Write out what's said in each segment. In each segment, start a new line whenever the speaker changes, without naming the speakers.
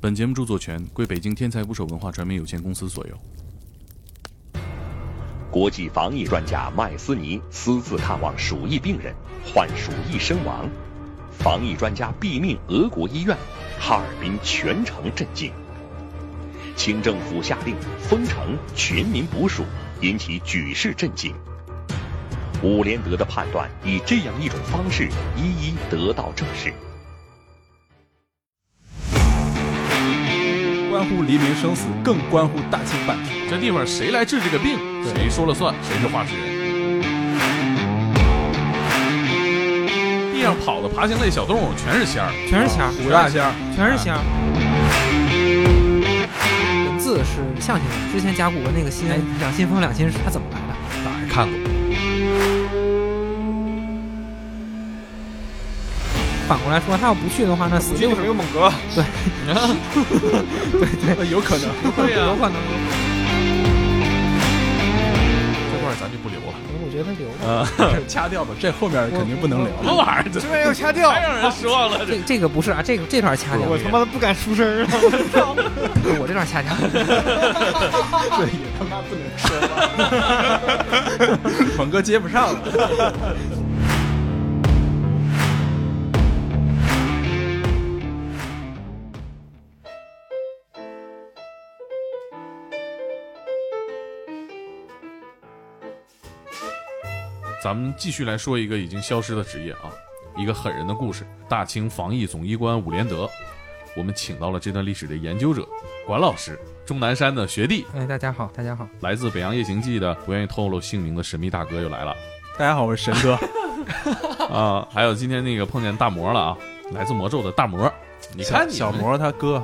本节目著作权归北京天才捕手文化传媒有限公司所有。
国际防疫专家麦斯尼私自看望鼠疫病人，患鼠疫身亡。防疫专家毙命俄国医院，哈尔滨全城震惊。清政府下令封城、全民捕鼠，引起举世震惊。伍连德的判断以这样一种方式一一得到证实。
关乎黎民生死，更关乎大清版图。
这地方谁来治这个病，
对
谁说了算，谁是话事人。地上跑的爬行类小动物全是仙儿，
全是仙儿，
啊五大仙儿，啊
全是仙儿。文字是象形文，之前甲骨文那个心，两心风两心是它怎么来的？
哪儿看过？
反过来说，他要不去的话，那死六十
有猛哥？
对，
对对， 有可能。
对有可能。
这块儿咱就不留了。
我觉得留吧。
呃，掐掉吧，这后面肯定不能聊
什么玩意儿？这
这边要掐掉，
太让人失望了。这
这这个不是啊，这个这段掐掉，
我他妈的不敢出声儿了。
我这段掐掉。
这也他妈不能说了。猛哥接不上了。
咱们继续来说一个已经消失的职业啊，一个狠人的故事。大清防疫总医官伍连德，我们请到了这段历史的研究者管老师，钟南山的学弟，
哎，大家好，大家好，
来自《北洋夜行记》的不愿意透露姓名的神秘大哥又来了
大家好，我是神哥。
啊！还有今天那个碰见大魔了啊，来自魔咒的大魔，你看你
小魔他哥，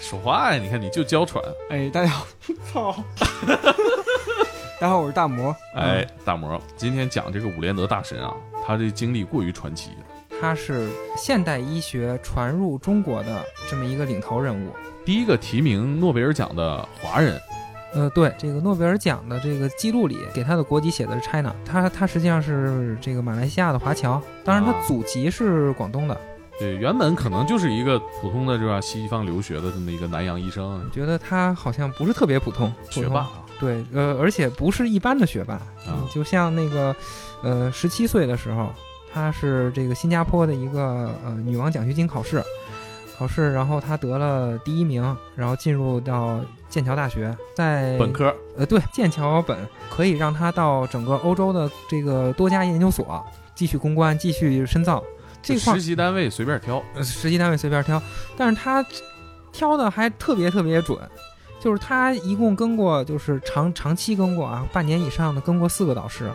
说话呀，你看你就娇喘，
哎，大家好，操！ 大家好，我是大魔。
哎，大魔，今天讲这个伍连德大神啊，他这经历过于传奇了。
他是现代医学传入中国的这么一个领头人物。
第一个提名诺贝尔奖的华人，
呃，对，这个诺贝尔奖的这个记录里，给他的国籍写的是 China，他他实际上是这个马来西亚的华侨，当然他
啊
祖籍是广东的。
对，原本可能就是一个普通的这吧西方留学的这么一个南洋医生
我觉得他好像不是特别普通，普通
学霸啊，
对，呃，而且不是一般的学霸，嗯就像那个，呃，十七岁的时候，他是这个新加坡的一个呃女王奖学金考试，考试，然后他得了第一名，然后进入到剑桥大学，在
本科
呃，对，剑桥本可以让他到整个欧洲的这个多家研究所继续攻关，继续深造。这块
实习单位随便挑，
呃实习单位随便挑，但是他挑的还特别特别准，就是他一共跟过，就是长长期跟过啊，半年以上的跟过四个导师，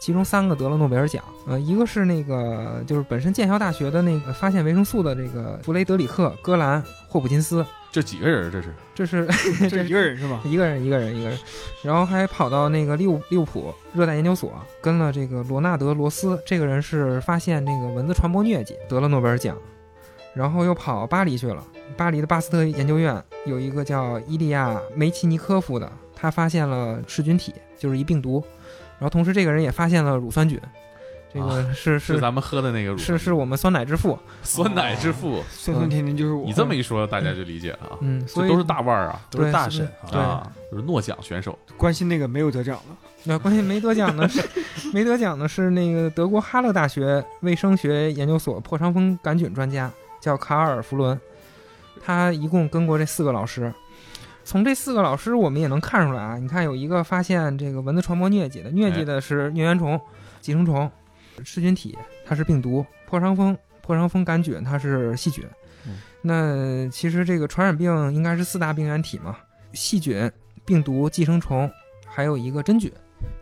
其中三个得了诺贝尔奖，呃，一个是那个就是本身剑桥大学的那个发现维生素的这个弗雷德里克·戈兰·霍普金斯，
这几个人这是
这是
这是一个人是吗？
一个人一个人一个人，然后还跑到那个利物利物浦热带研究所，跟了这个罗纳德·罗斯，这个人是发现那个蚊子传播疟疾，得了诺贝尔奖，然后又跑巴黎去了，巴黎的巴斯特研究院有一个叫伊利亚·梅奇尼科夫的，他发现了噬菌体，就是一病毒，然后同时这个人也发现了乳酸菌，这个是、
是
是
咱们喝的那个乳
是是我们酸奶之父，
酸奶之父，
嗯
酸酸甜甜就是我。
你这么一说，大家就理解了啊，
嗯，
这
所以
都是大腕儿啊，
都是
对
大
是
神
对
啊。
啊，就是诺奖选手，
关心那个没有得奖了，
那关键没得奖的是，没得奖的是那个德国哈勒大学卫生学研究所破伤风杆菌专家，叫卡尔弗伦。他一共跟过这四个老师，从这四个老师我们也能看出来啊。你看有一个发现这个蚊子传播疟疾的，疟疾的是疟原虫、寄生虫、噬菌体，它是病毒；破伤风、破伤风杆菌它是细菌。那其实这个传染病应该是四大病原体嘛，细菌、病毒、寄生虫，还有一个真菌，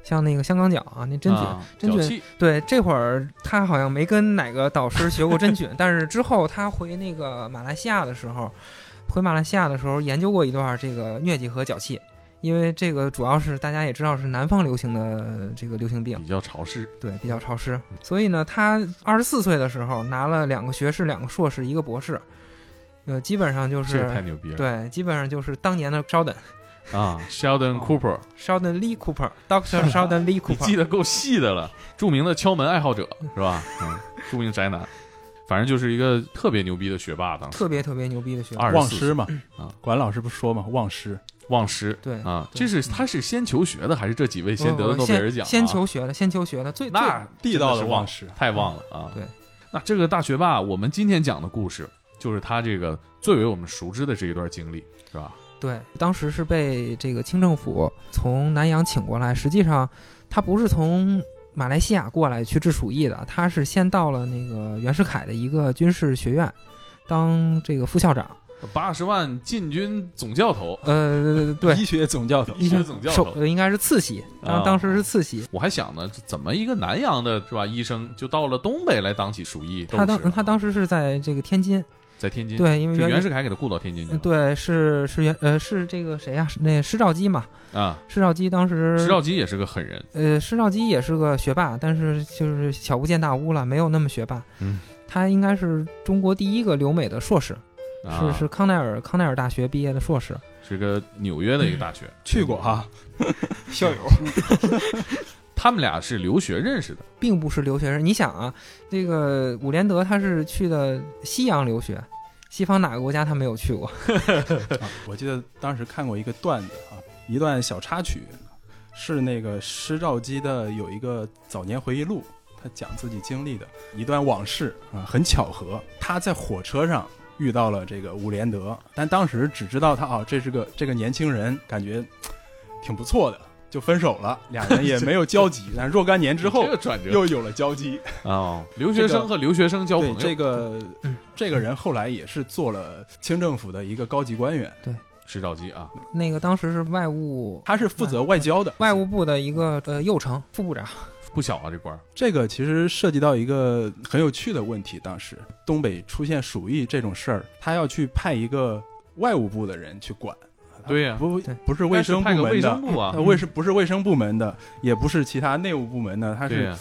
像那个香港脚啊，那真菌。
啊
真菌
脚气
对，这会儿他好像没跟哪个导师学过真菌，但是之后他回那个马来西亚的时候，回马来西亚的时候研究过一段这个疟疾和脚气，因为这个主要是大家也知道是南方流行的这个流行病
比，较潮湿，
对，比较潮湿。
嗯
所以呢，他二十四岁的时候拿了两个学士、两个硕士、一个博士，呃，基本上就
这个太
是
牛逼了，
对，基本上就是当年的 Sheldon。
啊，Sheldon Cooper，
Sheldon Lee Cooper，Doctor Sheldon Lee
你记
Cooper，
得够细的了，著名的敲门爱好者是吧？嗯，著名宅男。反正就是一个特别牛逼的学霸，当时
特别特别牛逼的学
二十
霸。
忘
四
师嘛
啊，
嗯管老师不说嘛，忘师
忘师
对，
啊，
对
这是他是先求学的，还是这几位先
不
得的
不
诺贝尔奖啊？
先先求学的，先求学的，最最
那
地道
真
的
是
忘师，
太忘了啊！
嗯对，
那这个大学霸，我们今天讲的故事，就是他这个最为我们熟知的这一段经历，是吧？
对，当时是被这个清政府从南洋请过来，实际上他不是从马来西亚过来去治鼠疫的，他是先到了那个袁世凯的一个军事学院当这个副校长。
八十万禁军总教头，
呃，对，
医学总教头，
医学总教
首
头，
呃应该是次席，当
啊
当时是次席。
我还想呢，这怎么一个南洋的是吧医生就到了东北来当起鼠疫斗
他
士
当
了？
他当时是在这个天津，
在天津，
对，因为
是袁
袁
世凯给他雇到天津去
嗯
了
对是是袁呃是这个谁呀、是那施肇基嘛，
啊。
施肇基当时
石兆基也是个狠人，
呃，施肇基也是个学霸，但是就是小巫见大巫了，没有那么学霸。
嗯，
他应该是中国第一个留美的硕士，
啊
是是康奈尔康奈尔大学毕业的硕士。
是个纽约的一个大
嗯
学，
去过哈，
校友，
他们俩是留学认识的，
并不是留学生，你想啊，这个伍连德他是去的西洋留学，西方哪个国家他没有去过？
啊我记得当时看过一个段子啊，一段小插曲，是那个施肇基的有一个早年回忆录，他讲自己经历的一段往事啊，很巧合，他在火车上。遇到了这个伍连德，但当时只知道他啊，这是个这个年轻人，感觉嘖挺不错的，就分手了，俩人也没有交集。但若干嗯年之后
这个转折
又有了交集，
哦，留学生和留学生交朋友，
对这个
嗯
这个人后来也是做了清政府的一个高级官员，
石兆基啊，
那个当时是外务
他是负责外交的。
外务部的一个呃右丞副部长，
不小啊这官儿，
这个其实涉及到一个很有趣的问题，当时东北出现鼠疫这种事儿，他要去派一个外务部的人去管，
对呀，
不
对
不是啊卫生部
派个卫
门
生
的。
部啊
他，卫生不是卫生部门的，也不是其他内务部门的，
嗯
他
对
是
呀，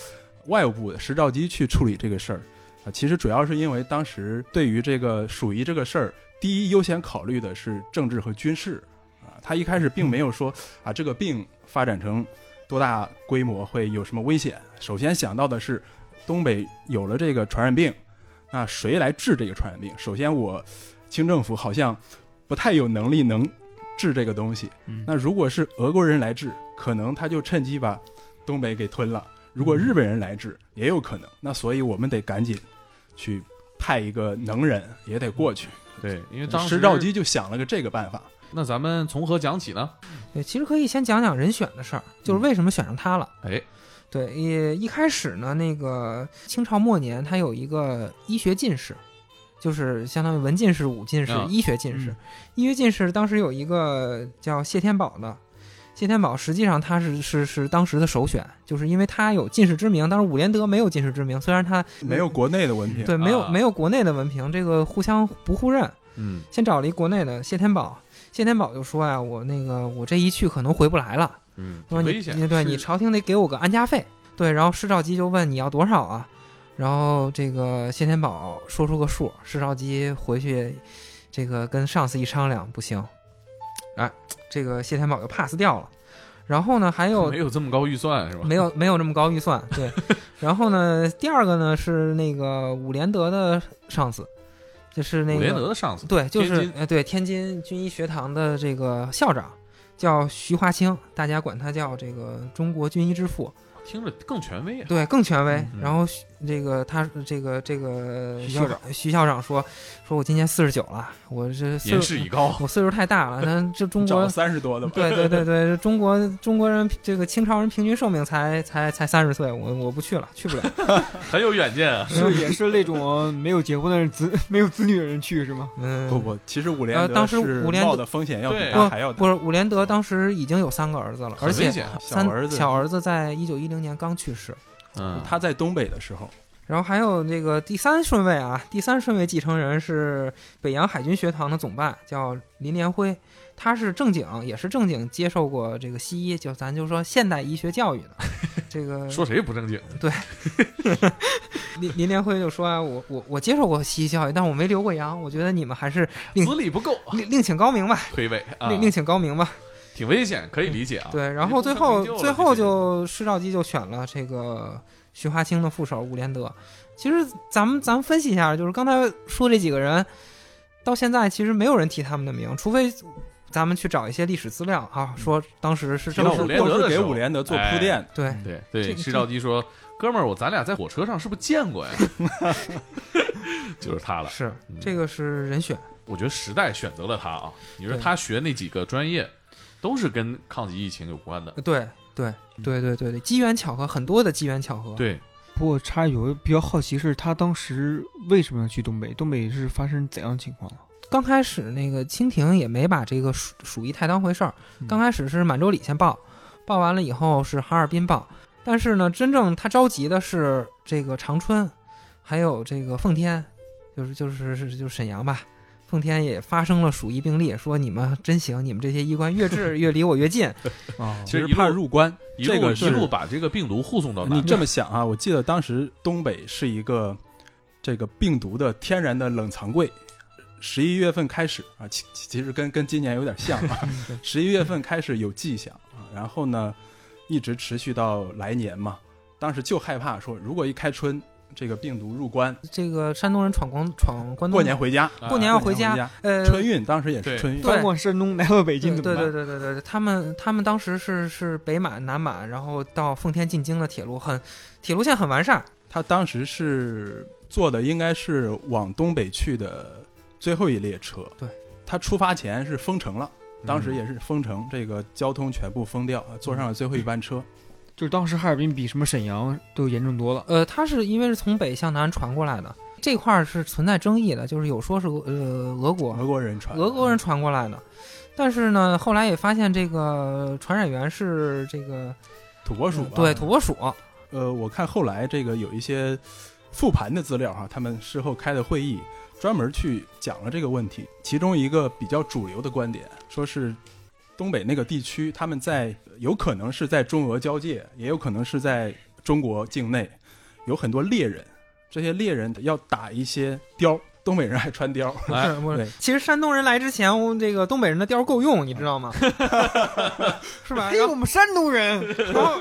外务部的石兆基去处理这个事儿啊。其实主要是因为当时对于这个鼠疫这个事儿，第一优先考虑的是政治和军事啊。他一开始并没有说啊这个病发展成多大规模会有什么危险，首先想到的是东北有了这个传染病，那谁来治这个传染病？首先我清政府好像不太有能力能治这个东西。
嗯
那如果是俄国人来治，可能他就趁机把东北给吞了；如果日本人来治，也有可能。那所以我们得赶紧去派一个能人，也得过去。
对，因为当时
石兆基就想了个这个办法。
那咱们从何讲起呢？
对，其实可以先讲讲人选的事儿，就是为什么选上他了。
嗯哎，
对，也一开始呢，那个清朝末年，他有一个医学进士，就是相当于文进士、武进士、
嗯
医学进士。医学进士当时有一个叫谢天宝的，谢天宝实际上他是是是当时的首选，就是因为他有进士之名，当时伍连德没有进士之名，虽然他
没有国内的文凭，
对没有、
啊
没有国内的文凭，这个互相不互认，
嗯，
先找了一国内的谢天宝。谢天宝就说呀、我那个我这一去可能回不来了。
嗯，
说你
危险，
你对
是
你朝廷得给我个安家费。对，然后施肇基就问你要多少啊？然后这个谢天宝说出个数，施肇基回去这个跟上司一商量，不行，哎，这个谢天宝就 pass 掉了。然后呢，还有
没有这么高预算是吧？
没有没有这么高预算， 对。然后呢，第二个呢是那个伍连德的上司，就是那
伍连
个
德的上司，
对，就
天
是
津
呃对天津军医学堂的这个校长叫徐华清，大家管他叫这个中国军医之父，
听着更权威啊。
对，更权威。
嗯
然后徐这个他这个这个
徐校长
徐徐校长说说我今年四十九了，我这岁
言
数
事已高，
我岁数太大了，那这中
找
国
了三十多的吧。
对对对对，中国中国人这个清朝人平均寿命才才才三十岁，我我不去了，去不了。
很有远见啊。
是也是那种没有结婚的人子没有子女的人去是吗？
嗯，
不不，其实伍连
呃
德
当时
是
伍连德
冒的风险要比
对
他还要大。
不是伍连德当时已经有三个儿子了，
嗯很
而且
危险
三
小儿子
小儿子在一九一零年刚去世。
嗯，
他在东北的时候，
然后还有那个第三顺位啊，第三顺位继承人是北洋海军学堂的总办，叫林连辉，他是正经，也是正经接受过这个西医，就咱就说现代医学 教育的。这个
说谁不正经？
林林连辉就说啊，我我我接受过西医教育，但我没留过洋，我觉得你们还是另
资历不够，
另另请高明吧，
推诿啊，
另另请高明吧。
挺危险，可以理解啊。
对，然后最
不
后
能成就了
最后
这些人
就施肇基就选了这个徐华清的副手伍连德，其实咱们咱们分析一下，就是刚才说这几个人，到现在其实没有人提他们的名，除非咱们去找一些历史资料啊，说当时是这
到
么
都
提嗯伍连嗯
是
德的
都是
时
给
候哎
伍连德做铺垫的。
对，
对
这
对，
这
施肇基说：“哥们儿，我咱俩在火车上是不是见过呀？” 就是他了。
是
嗯
这个是人选，
我觉得时代选择了他啊。你说
对
他学那几个专业，都是跟抗击疫情有关的。
呃对对对对对对，机缘巧合，很多的机缘巧合，
嗯对，
不过插一句，我比较好奇是他当时为什么要去东北？东北是发生怎样的情况了？
刚开始那个清廷也没把这个鼠鼠疫太当回事儿，
嗯
刚开始是满洲里先报，报完了以后是哈尔滨报，但是呢，真正他着急的是这个长春，还有这个奉天，就是就是是就是沈阳吧。奉天也发生了鼠疫病例，说你们真行，你们这些医官越治越离我越 近。
啊，
哦
其
其
实
实
一路
怕入关，
一路
这个
一
是
路把这个病毒护送到
你
南
这么想啊？我记得当时东北是一个这个病毒的天然的冷藏柜。十一月份开始啊，其其其实跟跟今年有点像 啊。十一月份开始有迹象啊，然后呢，一直持续到来年嘛。当时就害怕说，如果一开春这个病毒入关，
这个山东人闯关闯关东，
过年回家，
边
过年
啊
要
过
回
年
家
回家。
呃，
春运当时也
对
是春运，
对
翻过山东来到北京
对
怎么
对
办？
对对对对，他们他们当时是是北满南满，然后到奉天进京的铁路很铁路线很完善，
他当时是坐的应该是往东北去的最后一列车。
对，
他出发前是封城了，当时
嗯
也是封城，这个交通全部封掉，
嗯
啊坐上了最后一班车。
就是当时哈尔滨比什么沈阳都严重多了。
呃，它是因为是从北向南传过来的，这块儿是存在争议的，就是有说是俄呃俄国
俄国人传，
俄国人传过来的，但是呢，后来也发现这个传染源是这个
土拨鼠、
呃对土。拨鼠，
呃，我看后来这个有一些复盘的资料哈，他们事后开的会议专门去讲了这个问题。其中一个比较主流的观点，说是东北那个地区，他们在有可能是在中俄交界，也有可能是在中国境内，有很多猎人，这些猎人要打一些貂，东北人爱穿貂。
不
哎
是嗯不是
对。
其实山东人来之前，我们这个东北人的貂够用，你知道吗？ 是吧？
嘿，
然后
我们山东人，
然后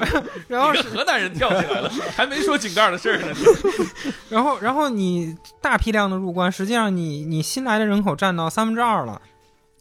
然后
你跟河南人跳起来了，还没说井盖的事儿呢。
嗯然后，然后你大批量的入关，实际上你你新来的人口占到三分之二了，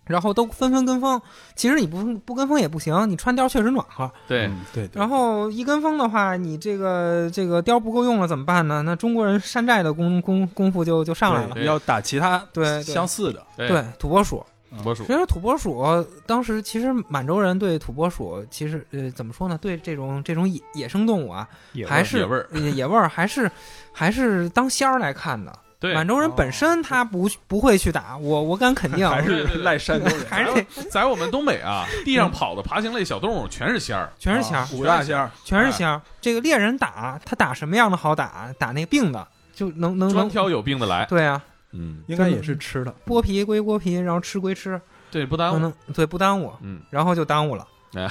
然后都纷纷跟风。其实你不不跟风也不行，你穿貂确实暖和。
对，
嗯对对。
然后一跟风的话，你这个这个貂不够用了怎么办呢？那中国人山寨的功功功夫就就上来了。
对
要打其他
对对
相似的，
对
对，土拨鼠。
土拨鼠
所以说土拨鼠当时其实满洲人对土拨鼠，其实呃怎么说呢？对这种这种野野生动物啊，还是
野味儿
呃野味儿，还是还是当仙儿来看的。
对，
满洲人本身他不不会去打，我我敢肯 定，
还
对
是
对对
赖山东人，啊
还是得
在我们东北 啊，地上跑的爬行类小动物全是仙儿，
全是仙儿
啊，五大仙儿，
全是仙儿。这个猎人打他打什么样的好打？打那病的就能能
专
能
挑有病的来。
嗯对啊，
嗯，
应该也是吃的。
剥皮归剥皮，然后吃归吃，
对，不耽误。
能对不耽误，
嗯，
然后就耽误了，
耽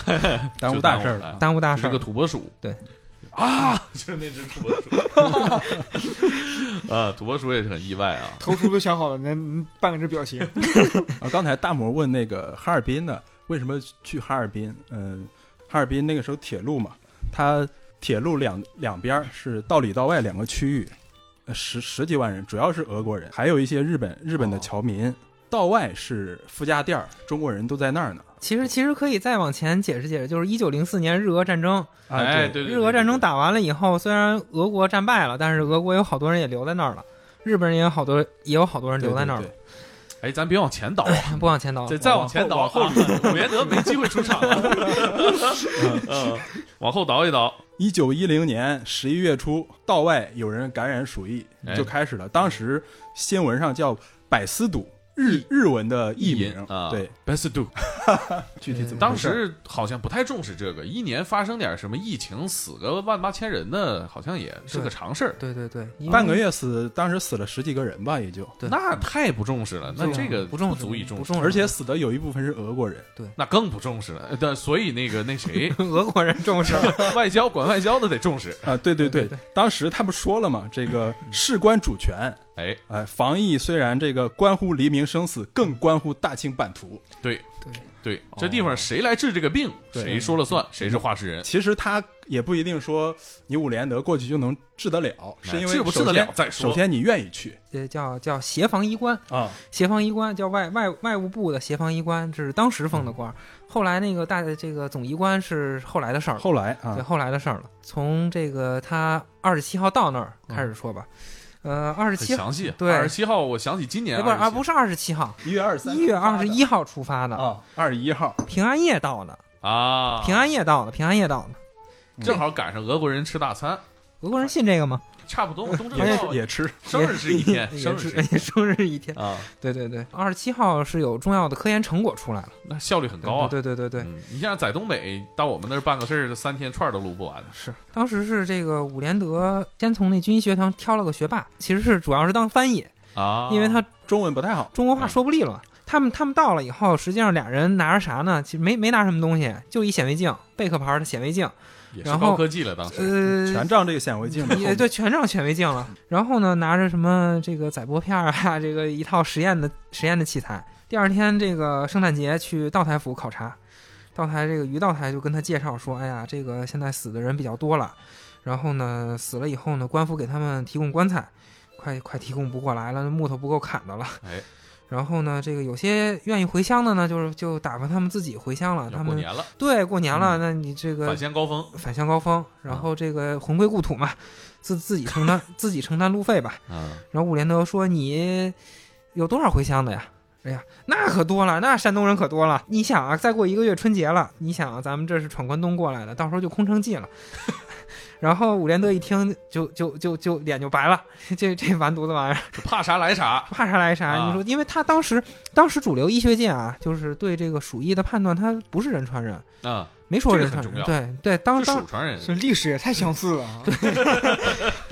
就
误
耽
大事儿
误了
了啊。
耽误大事
是
儿
个。土拨鼠。
对，
啊， 就是那只土拨 鼠。啊，土拨鼠也是很意外啊。
头图都想好了，那半个这表情。
啊，刚才大魔问那个哈尔滨的，为什么去哈尔滨？嗯、哈尔滨那个时候铁路嘛，它铁路两两边儿是道里道外两个区域，呃十十几万人，主要是俄国人，还有一些日本日本的侨民。
哦
道外是附加店儿，中国人都在那儿呢。
其实其实可以再往前解释解释，就是一九零四年日俄战争，
啊，
哎，
对，
对，对
日俄战争，打完了以后，虽然俄国战败了，但是俄国有好多人也留在那儿了，日本人也有好多也有好多人留在那儿
对
了
对。对
对对哎，咱别往前倒啊，
不往前倒了
再，再往前倒，啊
往后
往后伍连德没机会出场 了。嗯，往后倒一倒，
一九一零年十一月初，道外有人感染鼠疫
哎
就开始了。当时新闻上叫百思堵，日日文的译
译
名
名啊
对，
best do。
具体怎么回事儿？
当时好像不太重视这个，一年发生点什么疫情，死个万八千人的，好像也是个常事儿。
对对对，因为
半个月死，当时死了十几个人吧，也就，
对
那太不重视了，那这个
不重视
足以重
不
视，
重视，，
而且死的有一部分是俄国人。
那更不重视了。呃但所以那个那谁
俄国人重视。
外交管外交的得重视。
啊，对对
对
对，
对
当时他们说了嘛，这个
嗯
事关主权，
哎，
哎，防疫虽然这个关乎黎明生死，更关乎大清版图。
对
对哦
对，这地方谁来治这个病，
对
谁说了算，谁是话事人。
其实他也不一定说你五连德过去就能治得了，是因为
哎治不治得
首先
了再说
首先你愿意去
呃， 叫叫协防医官，
啊，
协防医官叫外外外务部的协防医官，这是当时封的官儿。后来那个大这个总医官是后来的事儿了，
后来
对
啊，
后来的事儿了。从这个他二十七号到那儿开始说吧，呃，二十
很
七号
详细。
对
二十七号，我想起今年
哎不是啊，不
是
是二十七号，
一月二十三，
一月二十一号出发的，
啊，二十一号，
平安夜到的，
啊，
平安夜到的，平安夜到的。
正好赶上俄国人吃大餐，
俄国人信这个吗？
差不 多。东正
也
教
也吃
生日是一天，
也
生日
是哎
是一天
也生日一天。
啊，
对对对，二十七号是有重要的科研成果出来了，
那效率很高啊。
对对对对对，
嗯，你像在东北到我们那儿办个事儿，三天串儿都录不完。
是，当时是这个伍连德先从那军医学堂挑了个学霸，其实是主要是当翻译，
啊，
因为他
中文不太好，
中国话说不利落。他们他们到了以后，实际上俩人拿着啥呢？其实没没拿什么东西，就一显微镜，贝壳牌的显微镜，
也是
然
高
后
科技了，当时
呃，
全仗这个显微镜的后
也
面，
对，全仗显微镜了。然后呢，拿着什么这个载玻片儿啊， 这个一套实验的实验的器材。第二天这个圣诞节去道台府考察，道台这个于道台就跟他介绍说，哎呀，这个现在死的人比较多了，然后呢，死了以后呢，官府给他们提供棺材，快快提供不过来了，木头不够砍的了。
哎，
然后呢，这个有些愿意回乡的呢，就是就打发他们自己回乡了。
要
他
过
们
年嗯了，
对过年了，那你这个
返乡高峰
返乡高峰，
啊
然后这个魂归故土嘛，自自己承担 自己承担路费吧。
啊，
然后伍连德说：“你有多少回乡的呀？”哎呀，那可多了，那山东人可多了。你想啊，再过一个月春节了，你想啊，咱们这是闯关东过来的，到时候就空城计了。 然后伍连德一听，就就就就脸就白了， 这这完犊子玩意儿。
怕啥来啥。
怕啥来啥。
啊
你说，因为他当时当时主流医学界啊，就是对这个鼠疫的判断，他不是人传人，
啊，
没说
这个
人传
很
人。
重
对对，当
是蜀
当
传人，
这历史也太相似了啊！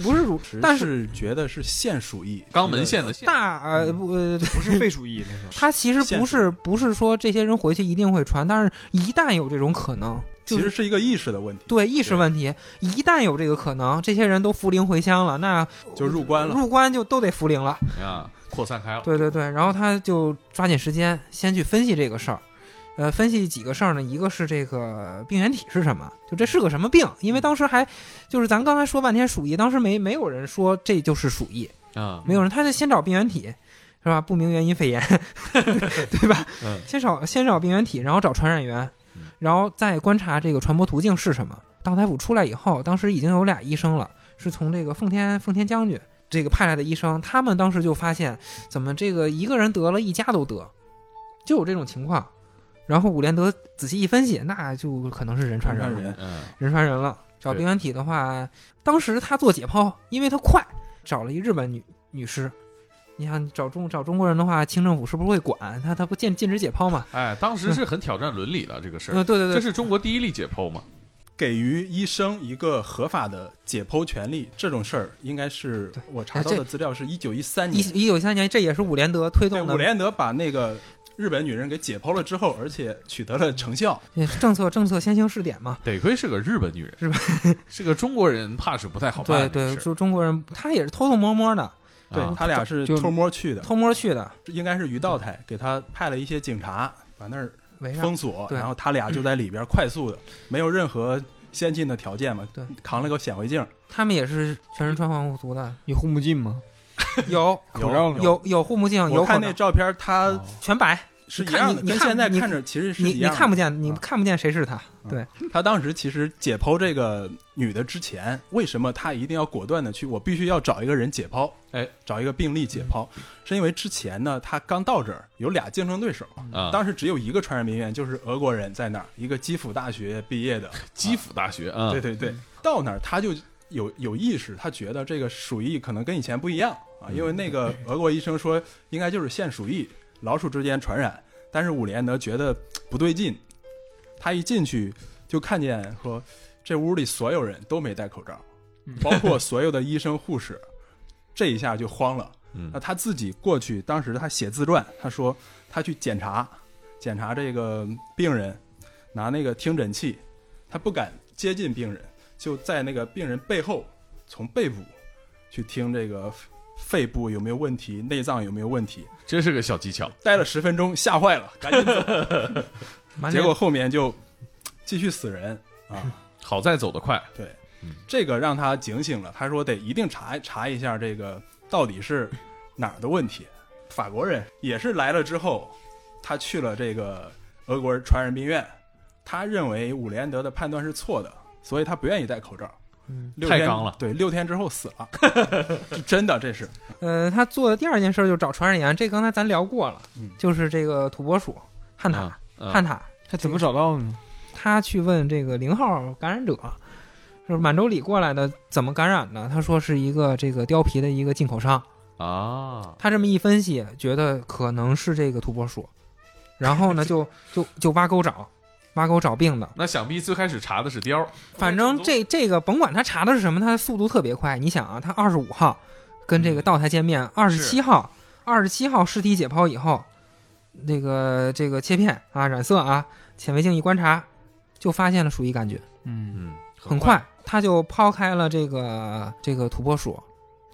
不是鼠，但是
是觉得是现属意，
肛门腺的腺
大呃不呃，
不是废鼠疫那种。
他其实不
嗯现
是不是说这些人回去一定会传，但是一旦有这种可能，就
其
是
实是一个意识的问题，
对意识问题，一旦有这个可能，这些人都扶灵回乡了，那
就入关了，
哦入关就都得扶灵了。
啊，扩散开了。
对对对，然后他就抓紧时间先去分析这个事儿，呃，分析几个事儿呢？一个是这个病原体是什么，就这是个什么病？因为当时还就是咱刚才说半天鼠疫，当时没没有人说这就是鼠疫，
啊，
没有人，他就先找病原体，是吧？不明原因肺炎， 对吧？
嗯
先找先找病原体，然后找传染源
嗯，
然后再观察这个传播途径是什么。道台府出来以后，当时已经有俩医生了，是从这个奉天奉天将军这个派来的医生，他们当时就发现，怎么这个一个人得了一家都得，就有这种情况。然后伍连德仔细一分析，那就可能是人传人了，
人
嗯，
人传人了。找
对
病原体的话，当时他做解剖，因为他快，找了一日本女女尸。你想找中找中国人的话，清政府是不是会管他？他不禁禁止解剖嘛？
哎，当时是很挑战伦理的这个事
呃，
儿，
对对
这
对，
是中国第一例解剖嘛？
给予医生一个合法的解剖权利，这种事儿应该是
对
我查到的资料是一九一三年，
一一九三年，这也是伍连德推
对，
动
伍
的
连德把那个日本女人给解剖了之后，而且取得了成效，
也是政策政策先行试点嘛。
得亏是个日本女人，
日
是个中国人，怕是不太好
对
办这
对，
个事
说中国人他也是偷偷摸摸的，
儿。
对
啊
他俩是
就
偷摸去的，
偷摸去的，
应该是于道台给他派了一些警察把那儿
围上
封锁，
对啊嗯
然后他俩就在里边快速的，没有任何先进的条件嘛
对，
扛了个显微镜，
他们也是全身穿防护服的，
有护目镜吗？
有
口罩呢？
有有护目镜，嗯
我
有口
看那
罩，
照片，他
哦
全白，
是一
看
样的，
你你
跟
看
现在
你
看着其实是
你
一
你
样的。嗯
看不见，你
啊
看不见谁是他。
他当时其实解剖这个女的之前，为什么他一定要果断的去？我必须要找一个人解剖，
哎，
找一个病例解剖，
嗯
是因为之前呢，他刚到这儿有俩竞争对手，
啊，
当时只有一个传染病院，就是俄国人在那儿，一个基辅大学毕业的，
基辅大学啊，
对对对，到那儿他就有有意识，他觉得这个鼠疫可能跟以前不一样啊，
嗯
因为那个俄国医生说应该就是现鼠疫，老鼠之间传染，但是伍连德觉得嘖不对劲，他一进去就看见说这屋里所有人都没戴口罩
嗯，
包括所有的医生护士，这一下就慌了。
嗯
那他自己过去，当时他写自传，他说他去检查检查这个病人，拿那个听诊器，他不敢接近病人，就在那个病人背后，从背部去听这个肺部有没有问题，内脏有没有问题。
这是个小技巧。
待了十分钟，吓坏了，赶紧走。
满
结
脸
果后面就继续死人啊，
好在走得快，
这个让他警醒了，他说得一定查查一下这个到底是哪儿的问题。法国人也是来了之后，他去了这个俄国传染病院，他认为伍连德的判断是错的，所以他不愿意戴口罩。
嗯，
六
太
天
刚了
对，六天之后死了，这真的这是
呃，他做的第二件事就是找传染源，这刚才咱聊过了，
嗯
就是这个土拨鼠汉塔、
嗯
汉塔，
他怎么找到的呢？
他去问这个零号感染者，就是满洲里过来的，怎么感染的？他说是一个这个貂皮的一个进口商。
啊，
他这么一分析，觉得可能是这个土拨鼠，然后呢就就就挖沟找，挖沟找病的。
那想必最开始查的是貂儿，
反正这这个甭管他查的是什么，他的速度特别快。你想啊，他二十五号跟这个道台见面，二十七号，二十七号尸体解剖以后，那个这个切片啊、染色啊、显微镜一观察，就发现了鼠疫杆菌。
嗯，
嗯，
很快他就抛开了这个这个土拨鼠，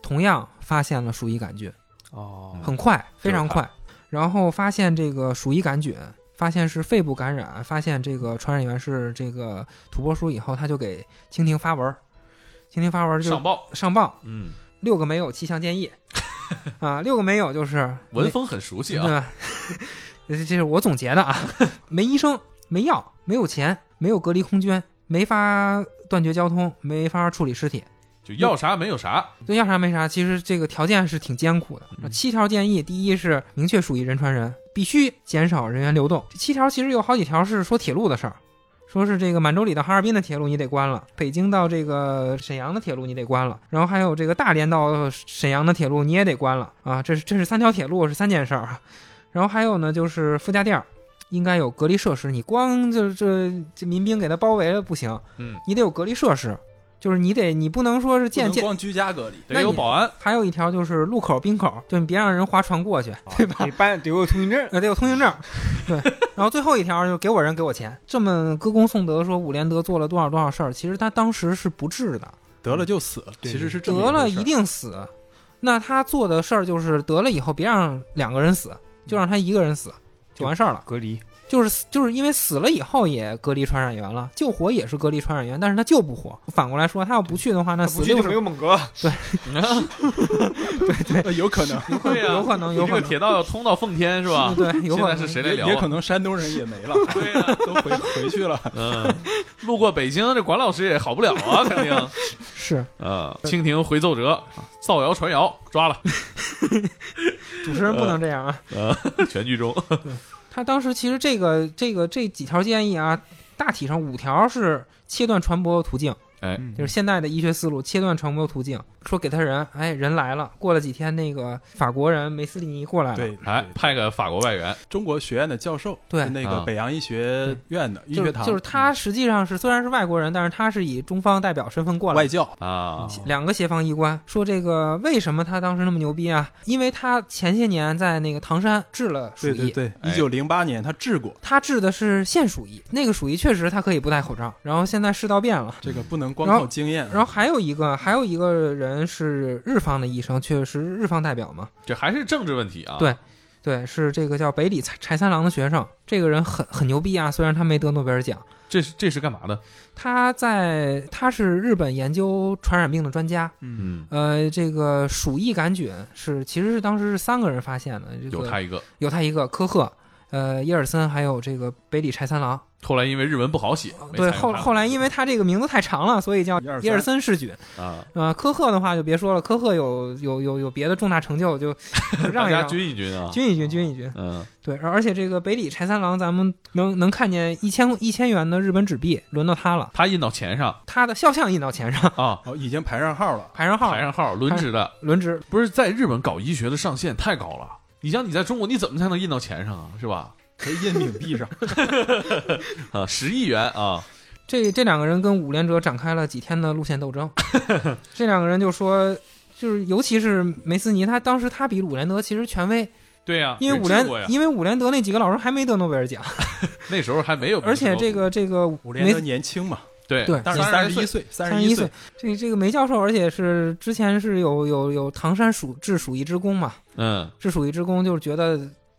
同样发现了鼠疫杆菌，
哦，
很快，非常
嗯就
快。然后发现这个鼠疫杆菌，发现是肺部感染，发现这个传染源是这个土拨鼠以后，他就给蜻蜓发文儿，蜻蜓发文儿就
上报，
上报
嗯，
六个没有气象 建议啊，六个没有就是
文风很熟悉
对
啊，
吧？ 这这是我总结的啊，没医生，没药，没有钱，没有隔离空间，没法断绝交通，没法处理尸体，
就要啥没有啥，
对，要啥没啥。其实这个条件是挺艰苦的。
嗯
七条建议，第一是明确属于人传人，必须减少人员流动。这七条其实有好几条是说铁路的事儿。说是这个满洲里到哈尔滨的铁路你得关了，北京到这个沈阳的铁路你得关了，然后还有这个大连到沈阳的铁路你也得关了啊！这是这是三条铁路是三件事儿啊。然后还有呢，就是附加店儿应该有隔离设施，你光就这这民兵给他包围了不行，
嗯，
你得有隔离设施，就是你得你不能说是
不
见
能
见
光居家隔离，
得有保安，
还有一条就是路口、冰口，就你别让人划船过去，对吧？
得办得有通行证，
呃，得有通行证。对，然后最后一条就是给我人给我钱，这么歌功颂德说伍连德做了多少多少事儿，其实他当时是不治的，
得了就死，
对
其实是这么
得了
回事
一定死。那他做的事儿就是得了以后别让两个人死，就让他一个人死，就完事儿了。
隔离。
就是死就是因为死了以后也隔离传染源了，救活也是隔离传染源，但是他救不活。反过来说，他要不去的话，那
他
死
不去
六
就没
十
有猛哥，
呃 有可能，
对呀，
有可能
你
有
这
可
个
能
铁道要通到奉天是吧？
对，有
现
可
在
能
是谁来
也
聊
也
啊
可能山东人也没了，
对呀，
都回回去了。
嗯，路过北京，这管老师也好不了啊， 肯定。
是
啊，蜻蜓回奏折，造谣传谣，抓 了，
主持人不能这样啊。
全剧终。
他当时其实这个这个这几条建议啊，大体上五条是切断传播途径，
哎，
嗯
就是现代的医学思路，切断传播途径。说给他人，哎，人来了，过了几天，那个法国人梅斯利尼过来了，
对，
哎
对，
派个法国外援，
中国学院的教授，
对
是那
啊
个北洋医学院的医
就
学
是
堂，
就是他实际上是虽然是外国人，但是他是以中方代表身份过来
外
的。
教，
啊，
两个协防医官说：“这个为什么他当时那么牛逼啊？因为他前些年在那个唐山治了鼠
对对
疫，
对，
哎
一九零八年他治过
他治的是现鼠疫，那个鼠疫确实他可以不戴口罩。然后现在世道变了，
这个，不能光
然后
靠经验啊。
嗯然后还有一个，还有一个人是日方的医生，确实是日方代表嘛，
这还是政治问题啊。
对对，是这个叫北里柴柴三郎的学生，这个人很很牛逼啊，虽然他没得诺贝尔奖，
这是这是干嘛的？
他在他是日本研究传染病的专家，
嗯，
嗯，
呃，这个鼠疫杆菌是其实是当时是三个人发现的，这个、
嗯有他一个。
有他一个科赫，呃，耶尔森还有这个北里柴三郎，
后来因为日文不好写，没
对，
采用
后
他
后来因为他这个名字太长了，所以叫
123
耶尔森氏菌。
啊，
呃，科赫的话就别说了，科赫有有有有别的重大成就， 就就让
大
一
家
让，
均一均啊，
均一均，均一均。
嗯，
对，而而且这个北里柴三郎，咱们能能看见一千一千元的日本纸币，轮到他了，
他印到钱上
他的肖像印到钱上，
啊，
哦，已经排上号了。
排上号
排，上号，轮值的，
轮值。
不是在日本搞医学的上限太高了。你像你在中国，你怎么才能印到钱上啊？是吧？
可以印冥币 上，
啊，十亿元啊，
这这两个人跟五连者展开了几天的路线斗 争，这两个人就说。就是，尤其是梅斯尼，他当时他比伍连德其实权威，
啊对呀，
因为伍
也治
连
过呀
因为伍连德那几个老师还没得诺贝尔奖，
那时候还没有，
而且这个这个
伍
梅
连德年轻嘛，
对
对
当时
三十
三十
来
一岁，三
三
十
十一
一
岁，，这这个梅教授，而且是之前是有有有唐山鼠治鼠疫之功嘛，
嗯，
治鼠疫之功就是觉得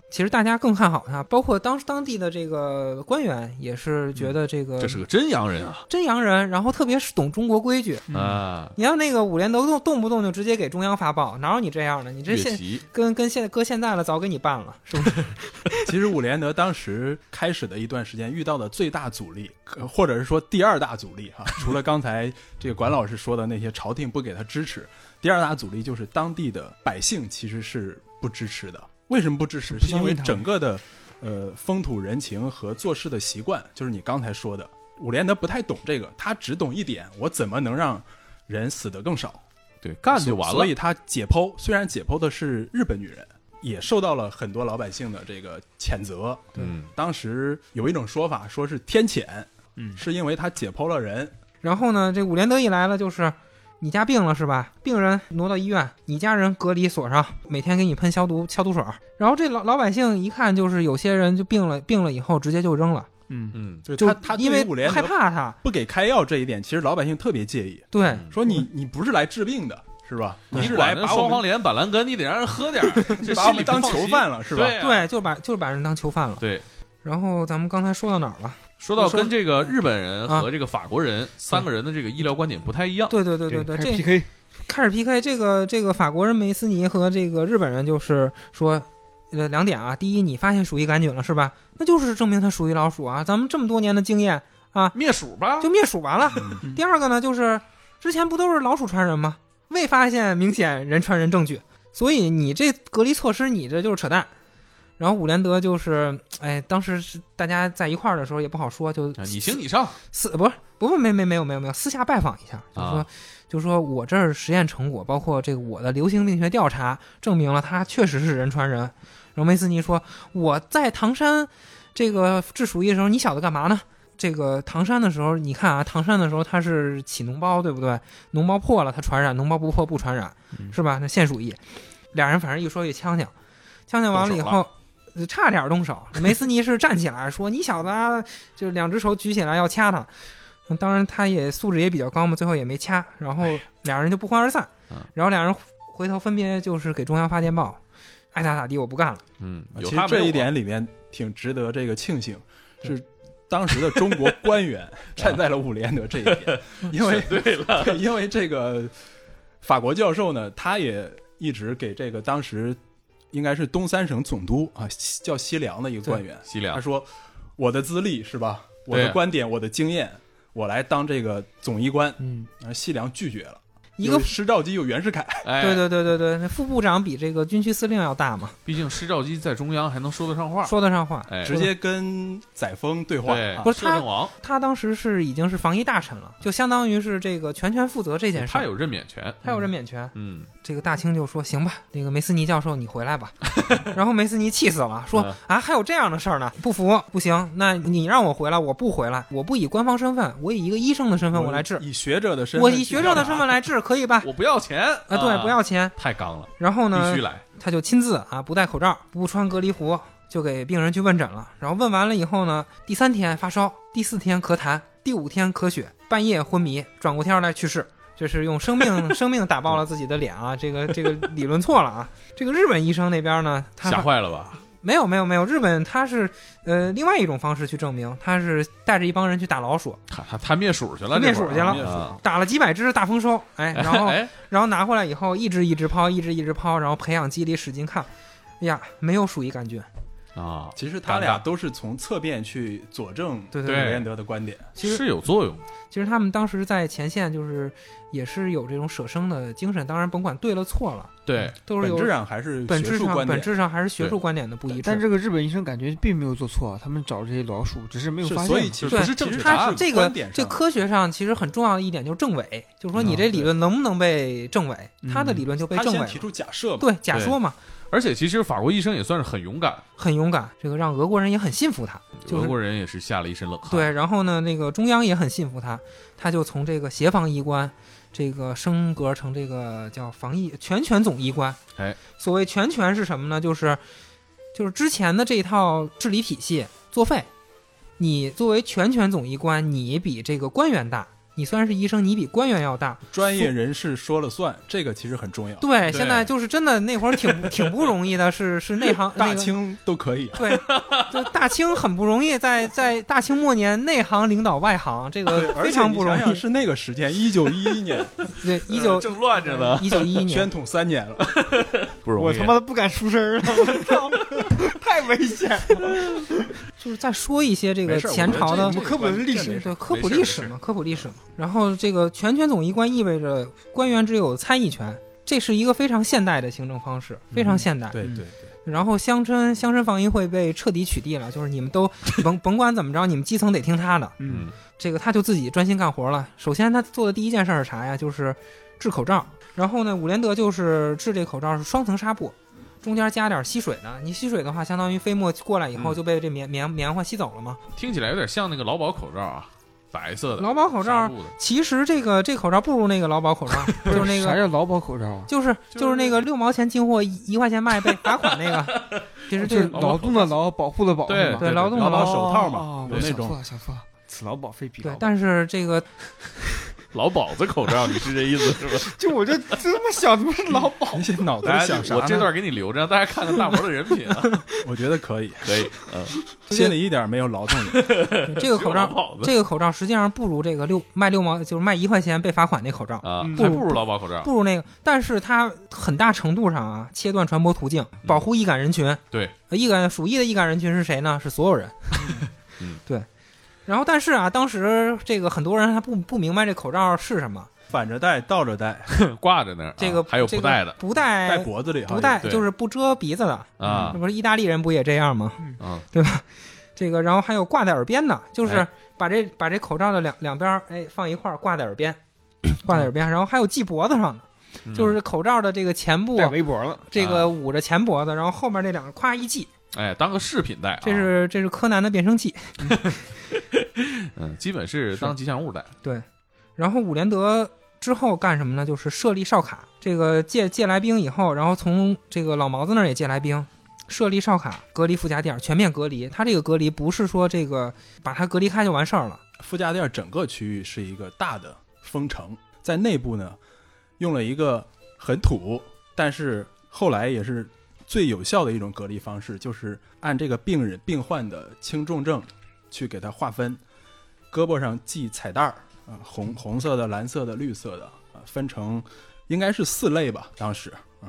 其实大家更看好他，包括当当地的这个官员也是觉得这个
这是个真洋人啊！
真洋人，然后特别是懂中国规
嗯
矩。
嗯
啊，
你像那个伍连德动动不动就直接给中央发报，哪有你这样的？你这
越
现
级
跟跟现搁现在了，早给你办了，是不是？
其实伍连德当时开始的一段时间遇到的最大阻力，呃或者是说第二大阻力哈、除了刚才这个管老师说的那些朝廷不给他支持，第二大阻力就是当地的百姓其实是不支持的。为什么不支持？
不
是
相信
因为
他
整个的呃风土人情和做事的习惯，就是你刚才说的，伍连德不太懂这个，他只懂一点：我怎么能让人死得更少？
对干就完
所
了
以。他解剖，虽然解剖的是日本女人，也受到了很多老百姓的这个谴责。
嗯，
当时有一种说法，说是天谴，
嗯
是因为他解剖了人。
然后呢，这伍连德一来了就是。你家病了是吧？病人挪到医院，你家人隔离锁上，每天给你喷消毒消毒水儿。然后这老老百姓一看，就是有些人就病了，病了以后直接就扔了，
嗯，
嗯，
就是
就
他他对于
因为
伍连德
害怕他。
不给开药这一点，其实老百姓特别介意，
对，
嗯
说你你不是来治病的，是吧？你是来
管
把
双
我
黄
们
连、板蓝根，你得让人喝 点儿，这
把
心
我
里
们
不
当
放
囚
心
犯了，是吧？
对啊
对，就把就是把人当囚犯了。
对。
然后咱们刚才说到哪儿了？
说到
说
跟这个日本人
啊
和这个法国人三个人的这个医疗观点不太一样，
对对对对对，
开始
这
PK
开始 PK，这个这个法国人梅斯尼和这个日本人就是说，呃，两点啊，第一，你发现鼠疫杆菌了是吧？那就是证明它属于老鼠啊，咱们这么多年的经验
灭鼠吧，
就灭鼠完了。
嗯
第二个呢，就是之前不都是老鼠传人吗？未发现明显人传人证据，所以你这隔离措施，你这就是扯淡。然后伍连德就是，哎，当时是大家在一块儿的时候也不好说，就
啊你行你上，
私不是不不没没没有没有没有私下拜访一下，就说、
啊
就说我这儿实验成果，包括这个我的流行病学调查，证明了它确实是人传人。然后梅斯尼说我在唐山这个治鼠疫的时候，你小子干嘛呢？这个唐山的时候，你看啊，唐山的时候它是起脓包，对不对？脓包破了它传染，脓包不破不传染，
嗯
是吧？那现鼠疫，俩人反正一说一呛呛，呛呛完了以
动手
后，呃差点动手。梅斯尼是站起来说：“你小子啊就是两只手举起来要掐他。”嗯当然，他也素质也比较高嘛，最后也没掐。然后俩人就不欢而散
哎嗯。
然后俩人回头分别就是给中央发电报，爱咋咋地，我不干了。
嗯，有
啊其实
他没有
这
我
一点里面挺值得这个庆幸，是当时的中国官
啊
员 站在了伍连德这一 边，因为对了，因为这个法国教授呢，他也一直给这个当时应该是东三省总督啊，西叫西凉的一个官员，
西
他
凉，
说我的资历是吧，我
对
的
啊
观点，我的经验，我来当这个总医官，
嗯，
而西凉拒绝了。
一个
有施肇基有袁世凯，
哎，
对对对对对，那副部长比这个军区司令要大嘛，
毕竟施肇基在中央还能说得上话，
说得上话。
哎，
直接跟载沣对话，
对，
啊
不是
摄
他
政王，
他当时是已经是防疫大臣了，就相当于是这个全权负责这件事。
他有任免权，
他有任免权。
嗯，
这个大清就说：“行吧，那个梅斯尼教授，你回来吧。” 然后梅斯尼气死了，说
嗯：“
啊，还有这样的事儿呢？不服，不行，那你让我回来，我不回来，我不以官方身份，我以一个医生的身份啊我来治，
以学者的身份，
我以学者的身份来治，可以吧？
我不要钱
啊，对，不要钱。
太刚了，
然后
必
呢
须，来，
他就亲自啊，不戴口罩，不穿隔离服，就给病人去问诊了。然后问完了以后呢，第三天发烧，第四天咳痰，第五天咳血，半夜昏迷，转过天儿来去世。这是用生命生命打爆了自己的脸啊！这个这个理论错了啊！这个日本医生那边呢，他
吓坏了吧？
没有没有没有，日本他是呃另外一种方式去证明，他是带着一帮人去打老鼠，
他他他灭鼠去了，
灭
这会儿啊嗯
鼠去了
灭鼠
打了几百只大丰收， 哎，然后
哎，
然后拿回来以后一只一只抛，一只一只抛，然后培养基里使劲看，哎呀，没有鼠疫杆菌，
啊，
其实他俩都是从侧面去佐证
对
伍
对
对
连德的观点，
其实
是有作用的，
其实他们当时在前线就是也是有这种舍生的精神，当然甭管对了错了，
对，
都是
本
有
质上还是
本
学
质
术
上
观
本
点。
质上还是学术
对
观点的不一致。
但这个日本医生感觉并没有做错，啊他们找这些老鼠只是没有
是
发现
所以
嘛。
其实
对
不是正确答
它
案，
这
观
个
点
这
上
科学上其实很重要的一点就是证伪，就是说你
嗯
这理论能不能被证伪，他的理论就被
他
证伪
先
了
提。出假设嘛，
对，假说嘛，
而且其实法国医生也算是很勇敢，
很勇敢，这个让俄国人也很信服他。就是
俄国人也是吓了一身冷汗，
对，然后呢，那个中央也很信服他，他就从这个协防医官，这个升格成这个叫防疫全权总医官。
哎，
所谓全权是什么呢？就是就是之前的这一套治理体系作废，你作为全权总医官，你比这个官员大，你虽然是医生，你比官员要大。
专业人士说了算，这个其实很重要。
对，
啊对
现在就是真的那会儿挺挺不容易的，是是内 行
大。
那个
清都可以，
对，就大清很不容易，在在大清末年，内行领导外行，这个
而
非
且
常
你
不容
想想
易。
是那个时间，一九一一 年，
对，一九
正乱着 呢，
一九一一年
宣，统三年了。
不容易。啊
我他妈的不敢出声儿了，我操，太危险了！
就是再说一些这个
没事儿
前朝的
我觉得这
科普的是历史
这没事
对科
没
普
事
历
没
史
事
嘛，科普历史嘛。然后这个全权总一官意味着官员只有参议权，这是一个非常现代的行政方式，非常
嗯
现代。
对对
嗯
对，
然后乡绅乡绅防议会被彻底取缔了，就是你们都甭甭管怎么着，你们基层得听他的。
嗯，
这个他就自己专心干活了。首先他做的第一件事儿是啥呀？就是制口罩。然后呢，伍连德就是制这口罩是双层纱布，中间加点吸水的。你吸水的话，相当于飞沫过来以后
嗯
就被这棉棉棉花吸走了嘛。
听起来有点像那个劳保口罩啊，白色的
劳保口
纱
罩，
布的，
其实这个这口罩不如那个劳保口罩，就是那
啥
个。
叫劳保口罩啊？
就是就是那个六毛钱进货一一块钱卖被罚款那个，其实
就
这
是劳动的劳，保护的保，
对
是吧
对劳动
劳保
劳
手套
哦
嘛，有
我
那
想
种
错了，想错了，此劳保非彼
对
劳，保。
但是这个
劳保子口罩，你是这意思是吧？
就我就这么想，不是劳 保
你脑
大
袋
家
想 啥
哎我这
呢？
段给你留着，让大家看看大魔的人品啊，
我觉得可以，
可以，嗯，
心里一点没有劳动力。
这个
只有
口罩
劳保子
这个口罩实际上不如这个六卖六毛就是卖一块钱被罚款那口罩，
啊，
嗯
还不如劳保口罩，
不如那个，但是它很大程度上啊切断传播途径，保护易感人群。
嗯对
呃，易感鼠疫的易感人群是谁呢？是所 有人。
嗯，
对。然后，但是啊，当时这个很多人还不不明白这口罩是什么，
反着戴，倒着戴，
挂着那儿啊，
这个、
啊还有不戴的
这个不
戴
戴
脖子里哈，
哎不戴
对
就是不遮鼻子的，
啊
这，不是意大利人不也这样吗？
嗯，
这个，然后还有挂在耳边的，就是
哎
把这把这口罩的两两边儿，哎，放一块儿挂在耳边，挂在耳边，然后还有系脖子上的，
嗯啊
就是口罩的这个前部，
戴围脖了，
这个捂着前脖子，然后后面这两个咵一系，
哎，当个饰品戴啊，
这是这是柯南的变声器。
嗯，基本是当吉祥物戴，
然后伍连德之后干什么呢？就是设立哨卡，这个借借来兵以后，然后从这个老毛子那儿也借来兵。设立哨卡，隔离附加店，全面隔离。他这个隔离不是说这个把它隔离开就完事儿了，
附加店整个区域是一个大的封城，在内部呢，用了一个很土，但是后来也是最有效的一种隔离方式，就是按这个病人病患的轻重症去给他划分，胳膊上系彩带儿啊、红 红色的、蓝色的、绿色的啊、分成应该是四类吧，当时嗯，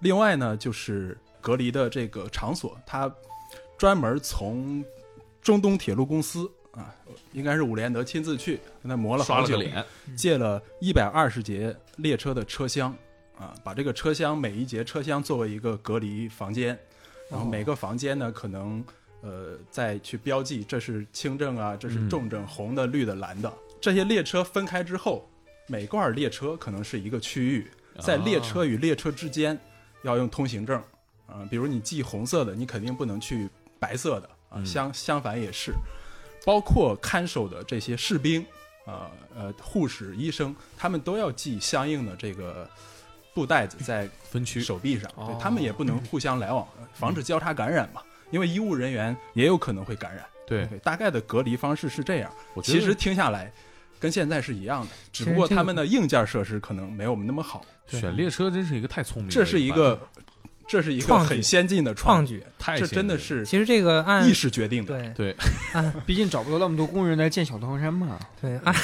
另外呢，就是隔离的这个场所，它专门从中东铁路公司啊，应该是伍连德亲自去跟他磨了
刷
好
了个
久，
脸，
借了一百二十节列车的车厢，啊，把这个车厢每一节车厢作为一个隔离房间，然后每个房间呢可能呃再去标记这是轻症啊，这是重症，红的、绿的、蓝的。这些列车分开之后，每罐列车可能是一个区域，在
啊
列
哦
车与列车之间要用通行证，啊、比如你系红色的，你肯定不能去白色的啊，
嗯
相相反也是，包括看守的这些士兵，呃呃，护士、医生，他们都要系相应的这个布袋子在
分区，
手臂上，对
哦
他们也不能 互相来往，
嗯
呃防止交叉感染嘛，因为医务人员也有可能会感染。
对，
对，大概的隔离方式是这样。
我觉得
其实听下来。跟现在是一样的，只不过他们的硬件设施可能没有我们那么好。
选列车真是一个太聪明的
这
办法，
是一个，这是一个
创举
很先进的
创
创
举。
太
这
先
真的
进了
是
其实这个按
意识决定的。
对
对
按
毕竟找不到那么多工人来建小唐山嘛。
对按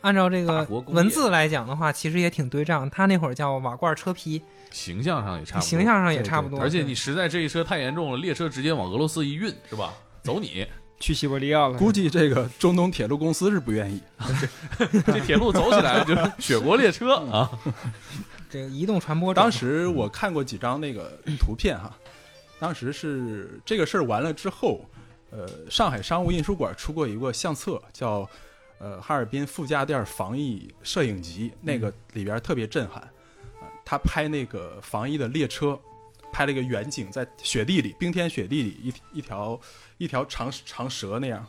按照这
大
个
国工业
文字来讲的话，其实也挺对仗。他那会儿叫瓦罐车皮，
形象上也差不多，
形象上也
对对
差不多。
而且你实在这一车太严重了，列车直接往俄罗斯一运是吧？走你，
去西伯利亚了，
估计这个中东铁路公司是不愿意，
这铁路走起来 就是雪国列车
嗯
啊！
这个移动传播者，
哦当时我看过几张那个图片哈，当时是这个事儿完了之后，呃，上海商务印书馆出过一个相册，叫呃哈尔滨附加店防疫摄影集，那
嗯
个里边特别震撼，啊、他拍那个防疫的列车。拍了一个远景，在雪地里，冰天雪地里，一一条一条长长蛇那样，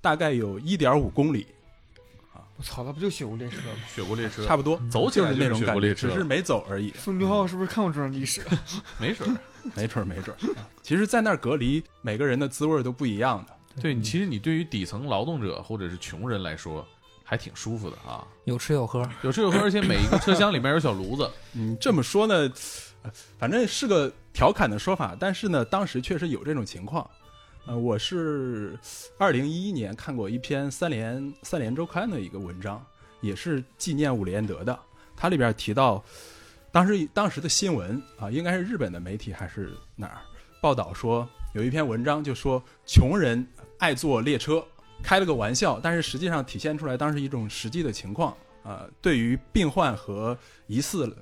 大概有一点五公里，
我操，那不就雪国列车 吗？
雪国列车
差不多，
走起
就
来
是那种
雪
感
国
觉，
列车
只，是没走而已。
宋俊浩是不是看过这段历史？啊
没准儿。
没准儿，没准儿。其实，在那儿隔离，每个人的滋味儿都不一样的。
嗯
对你，其实你对于底层劳动者或者是穷人来说，还还挺舒服的啊，
有吃有喝，
有吃有喝，而且每一个车厢里面有小炉子，
嗯，这么说呢，呃反正是个调侃的说法，但是呢，当时确实有这种情况。呃，我是二零一一年看过一篇三联三联周刊的一个文章，也是纪念伍连德的。它里边提到，当时当时的新闻啊，应该是日本的媒体还是哪儿报道说，有一篇文章就说穷人爱坐列车，开了个玩笑，但是实际上体现出来当时一种实际的情况。呃，对于病患和疑似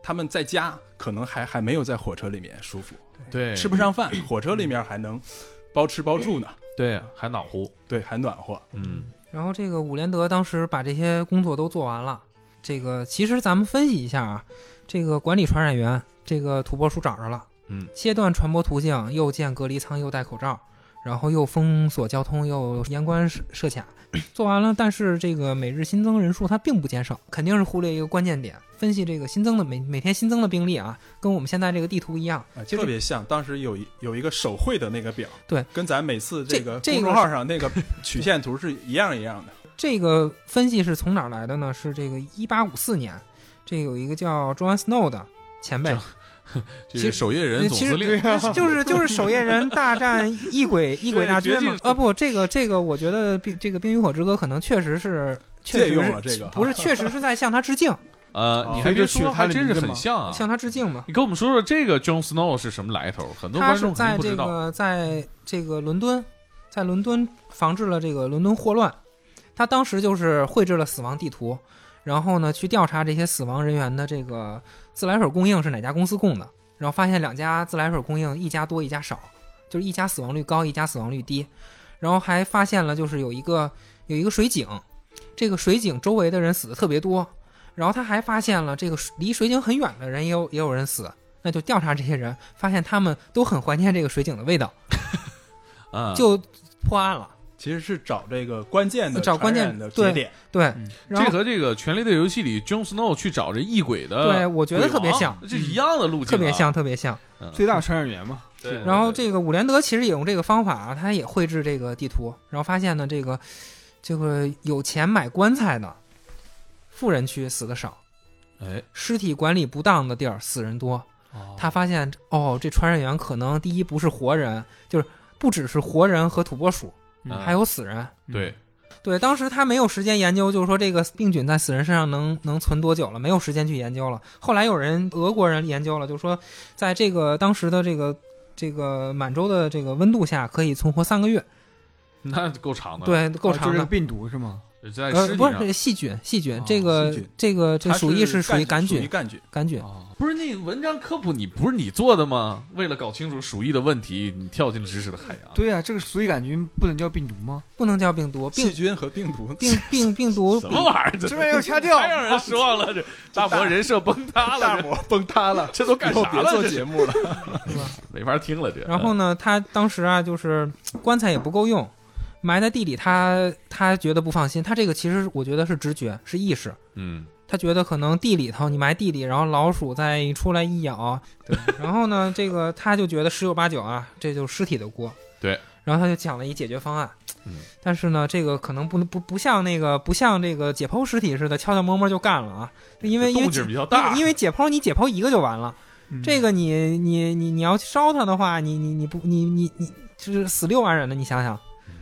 他们在家可能还还没有在火车里面舒服，
对，
吃不上饭，火车里面还能包吃包住呢，
对，还暖和，
对，还暖和。
嗯，
然后这个伍连德当时把这些工作都做完了。这个其实咱们分析一下啊，这个管理传染源，这个土拨鼠找着了，
嗯，
切断传播途径，又建隔离舱，又戴口罩，然后又封锁交通，又严关设 设卡，做完了。但是这个每日新增人数它并不减少，肯定是忽略一个关键点。分析这个新增的每每天新增的病例啊，跟我们现在这个地图一样，
啊，
就是
特别像当时有一有一个手绘的那个表，
对，
跟咱每次这
这
个
这
公众
个
号上那个 曲线图是一样一样的。
这个分析是从哪儿来的呢？是这个一八五四年，这有一个叫 John Snow 的前辈，
这
其
个
实
守夜人总司令，
啊
就是就是守夜人大战 异鬼异鬼大军嘛
绝。技
啊不，这个这个，我觉得冰这个《冰与火之歌》可能确实是确
借
实
用
是
了这个
不是确实是在向他致敬，
呃，你还别说，还真是很像啊。
向他致敬嘛。
你跟我们说说这个 Jon Snow 是什么来头？很多
他
观
是
众肯
在
定不
这
知道。
个在这个伦敦，在伦敦防治了这个伦敦霍乱，他当时就是绘制了死亡地图，然后呢去调查这些死亡人员的这个自来水供应是哪家公司供的，然后发现两家自来水供应一家多一家少，就是一家死亡率高，一家死亡率低，然后还发现了就是有一个有一个水井，这个水井周围的人死的特别多。然后他还发现了这个水离水井很远的人也有也有人死，那就调查这些人，发现他们都很怀念这个水井的味道，
嗯，
就破案了。
其实是找这个关键的
找关键
传染的节点，
对
嗯，
然
这
后
和这个《权力的游戏》里 Jon Snow 去找这异鬼的，
对，我觉得特别像，，嗯
这一样的路径，啊
特别像，。特别像。
最大传染源嘛，
然后这个伍连德其实也用这个方法啊，他也绘制这个地图，然后发现呢，这个这个有钱买棺材的富人区死的少，
哎，
尸体管理不当的地儿死人多。他发现哦，这传染源可能第一不是活人，就是不只是活人和土拨鼠，
嗯
还有死人。
对，
对，当时他没有时间研究，就是说这个病菌在死人身上能能存多久了，没有时间去研究了。后来有人俄国人研究了，就说在这个当时的这个这个满洲的这个温度下，可以存活三个月，
那够长的。，
对，够
哦就
长
是
的。
病毒是吗？
在
呃
尸，体
不是
上
这，个细菌，细菌，
哦
这个
细菌
这个这
它
鼠疫是属
属
于杆
属于
菌，
杆菌。
杆菌。
哦，
不是那文章科普，你不是你做的吗？为了搞清楚鼠疫的问题，你跳进了知识的海洋。
对啊呀，这个鼠疫杆菌不能叫病毒吗？
不能叫病毒，
细
病
菌和病毒，
病病病毒
什么玩意儿？这
这边要掐掉，
太让人失望了，这大魔人设崩塌
大
了，
魔崩塌了，
这这都干
以后
啥
别
了
做
这是
节目了。
这没法听了这。
然后呢，他当时啊，就是棺材也不够用，埋在地里他，他觉得不放心。他这个其实我觉得是直觉，是意识。
嗯，
他觉得可能地里头你埋地里，然后老鼠再一出来一咬，对，然后呢，这个他就觉得十有八九啊，这就是尸体的锅。
对，
然后他就讲了一解决方案。
嗯，
但是呢，这个可能不不不像那个不像这个解剖尸体似的悄悄摸摸就干了啊，因为因为
动静比较大，
因为因为解剖你解剖一个就完了。
嗯
这个你你你你要烧它的话，你你你不你你你就是死六万人的，你想想，
嗯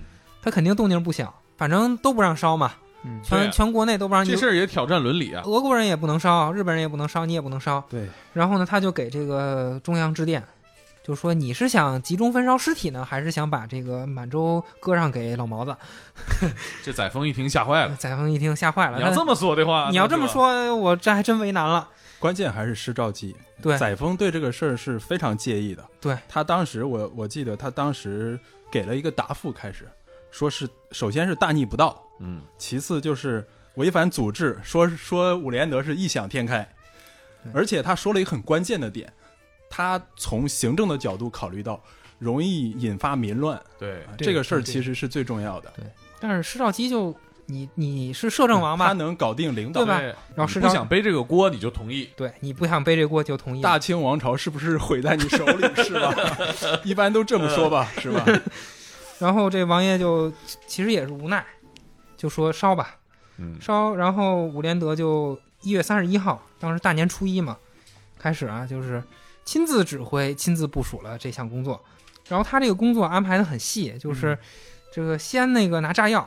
他肯定动静不小，反正都不让烧嘛，
嗯
对
全
啊
全国内都不让你
这。事儿也挑战伦理啊。
俄国人也不能烧，日本人也不能烧，你也不能烧。
对，
然后呢，他就给这个中央致电，就说你是想集中焚烧尸体呢，还是想把这个满洲割让给老毛子？
这载沣一听吓坏了，
载沣一听吓坏了，
哎你要这
那
么说的话，
你
那
要这么，说，我这还真为难了。
关键还是施肇基。
对
载沣对这个事儿是非常介意的。
对
他当时我我记得他当时给了一个答复，开始说是首先是大逆不道，
嗯，
其次就是违反组织，说说伍连德是异想天开，而且他说了一个很关键的点，他从行政的角度考虑到容易引发民乱，
对，
啊
对
这个事儿
对对
其实是最重要的。
但是施肇基就你你是摄政王吧
他？能搞定领
对
导
吧
对
然后
嗯
施
你
肇
不想背这个锅，你就同意。
对你不想背这锅就同意。
大清王朝是不是毁在你手里是 吧？一般都这么说吧，是吧？
然后这王爷就其实也是无奈，就说烧吧。
嗯
烧，然后伍连德就一月三十一号，当时大年初一嘛，开始啊，就是亲自指挥、亲自部署了这项工作。然后他这个工作安排的很细，就是这个先那个拿炸药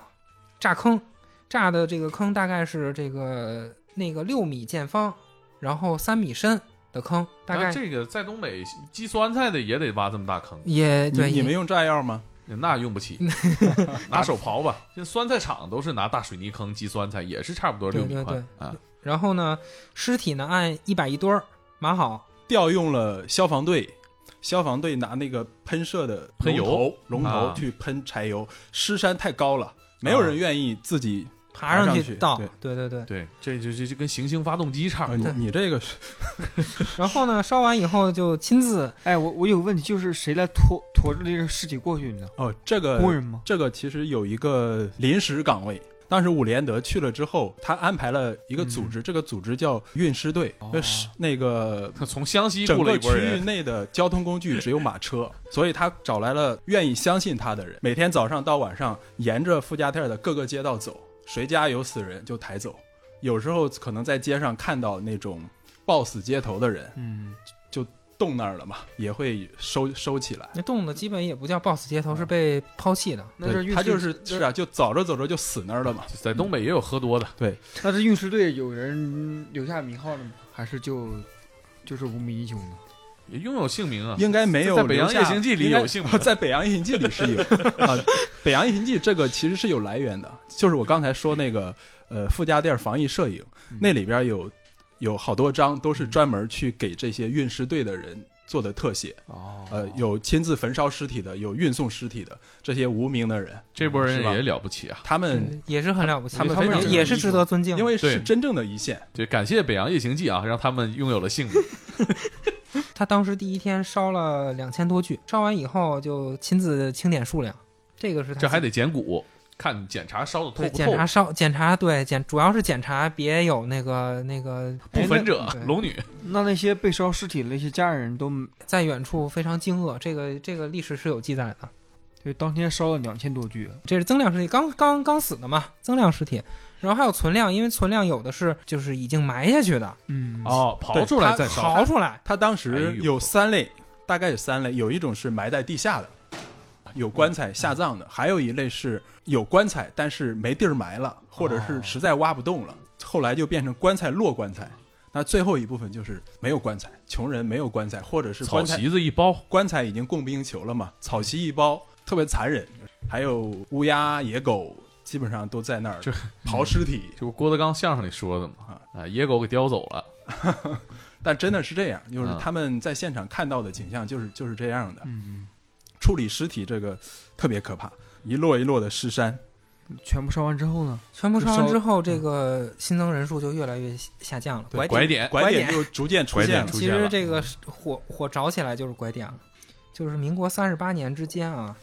炸坑，炸的这个坑大概是这个那个六米见方，然后三米深的坑，大
那
概
这个在东北鸡酸菜的也得挖这么大坑，
也
你
对
你们用炸药吗？
那用不 起，拿手刨吧。这酸菜厂都是拿大水泥坑积酸菜，也是差不多六米
对对
宽
对
啊。
然后呢，尸体呢按一百一堆儿码好，
调用了消防队，消防队拿那个喷射的
喷油
龙头龙头
啊
去喷柴油。尸山太高了，没有人愿意自己。
爬
爬上
去
去
倒
对，
对对对。
对，这就就就跟行星发动机差
啊
不
你
多。
你这个是
然后呢，烧完以后就亲自
哎，我我有个问题，就是谁来驮驮着这个尸体过去呢？
哦，这个
工人吗？
这个其实有一个临时岗位。当时伍连德去了之后，他安排了一个
嗯
组织，这个组织叫运尸队，
哦
就是那个
他从湘西
整
雇了
个
一
区
拨
域
人，
内的交通工具只有马 车，所以他找来了愿意相信他的人，每天早上到晚上沿着富家店的各个街道走，谁家有死人就抬走。有时候可能在街上看到那种暴死街头的人，
嗯，
冻那儿了嘛，也会收收起来。
那冻的基本也不叫 boss 街头，是被抛弃的。
那这
对
运尸
他就是是啊，就走着走着就死那儿了嘛。
在东北也有喝多的，
那这运尸队有人留下名号了吗？还是就就是无名英雄呢？
也拥有姓名啊。
应该没有
在北洋
留下
夜行记里
应该
有姓名
在北洋夜行记里 是有啊。北洋夜行记这个其实是有来源的，就是我刚才说那个呃富家店防疫摄影、
嗯
那里边有有好多张都是专门去给这些运尸队的人做的特写，
哦
呃，有亲自焚烧尸体的，有运送尸体的这些无名的人，
这波人
是吧
也了不起啊！
他们
嗯，也是很了不起，
他们
也
非常
也是值得尊敬的。
因为
对
是真正的一线，
对，感谢《北洋夜行记》啊，让他们拥有了姓 名。
他当时第一天烧了两千多具，烧完以后就亲自清点数量，这个是他
这还得捡骨，看检查烧的透
对
不
检
透，
查烧检查对检主要是检查别有那个那个
不
哎
分
那
者
对
龙女。
那那些被烧尸体的那些家人都
在远处非常惊愕，这个这个历史是有记载的。
对当天烧了两千多具，啊
这是增量尸体，刚刚刚死的嘛，增量尸体，然后还有存量，因为存量有的是就是已经埋下去的，
嗯，
哦，刨
对
出来
他
再烧。
刨出来，
他当
哎
时
呦
有三类，大概有三类，有一种是埋在地下的，有棺材下葬
啊
的，还有一类是有棺材但是没地儿埋了，或者是实在挖不动
哦
了，后来就变成棺材落棺材。那最后一部分就是没有棺材，穷人没有棺材，或者是
草
棺材
席子一包，
棺材已经供不应求了嘛，草席一包，特别残忍。还有乌鸦、野狗，基本上都在那儿
这嗯
刨尸体。
就是郭德纲相声里说的嘛，啊，野狗给叼走了。
但真的是这样，就是
嗯
他们在现场看到的景象，就是就是这样的。
嗯，
处理尸体这个特别可怕，一摞一摞的尸山，
嗯全部烧完之后呢？
全部烧完
烧嗯
之后，这个新增人数就越来越下降了。
对
拐点，
拐
点
点就逐渐出
拐
现
点
了。
出
其
现了嗯
实这个是火火着起来就是拐点了，就是民国三十八年之间啊，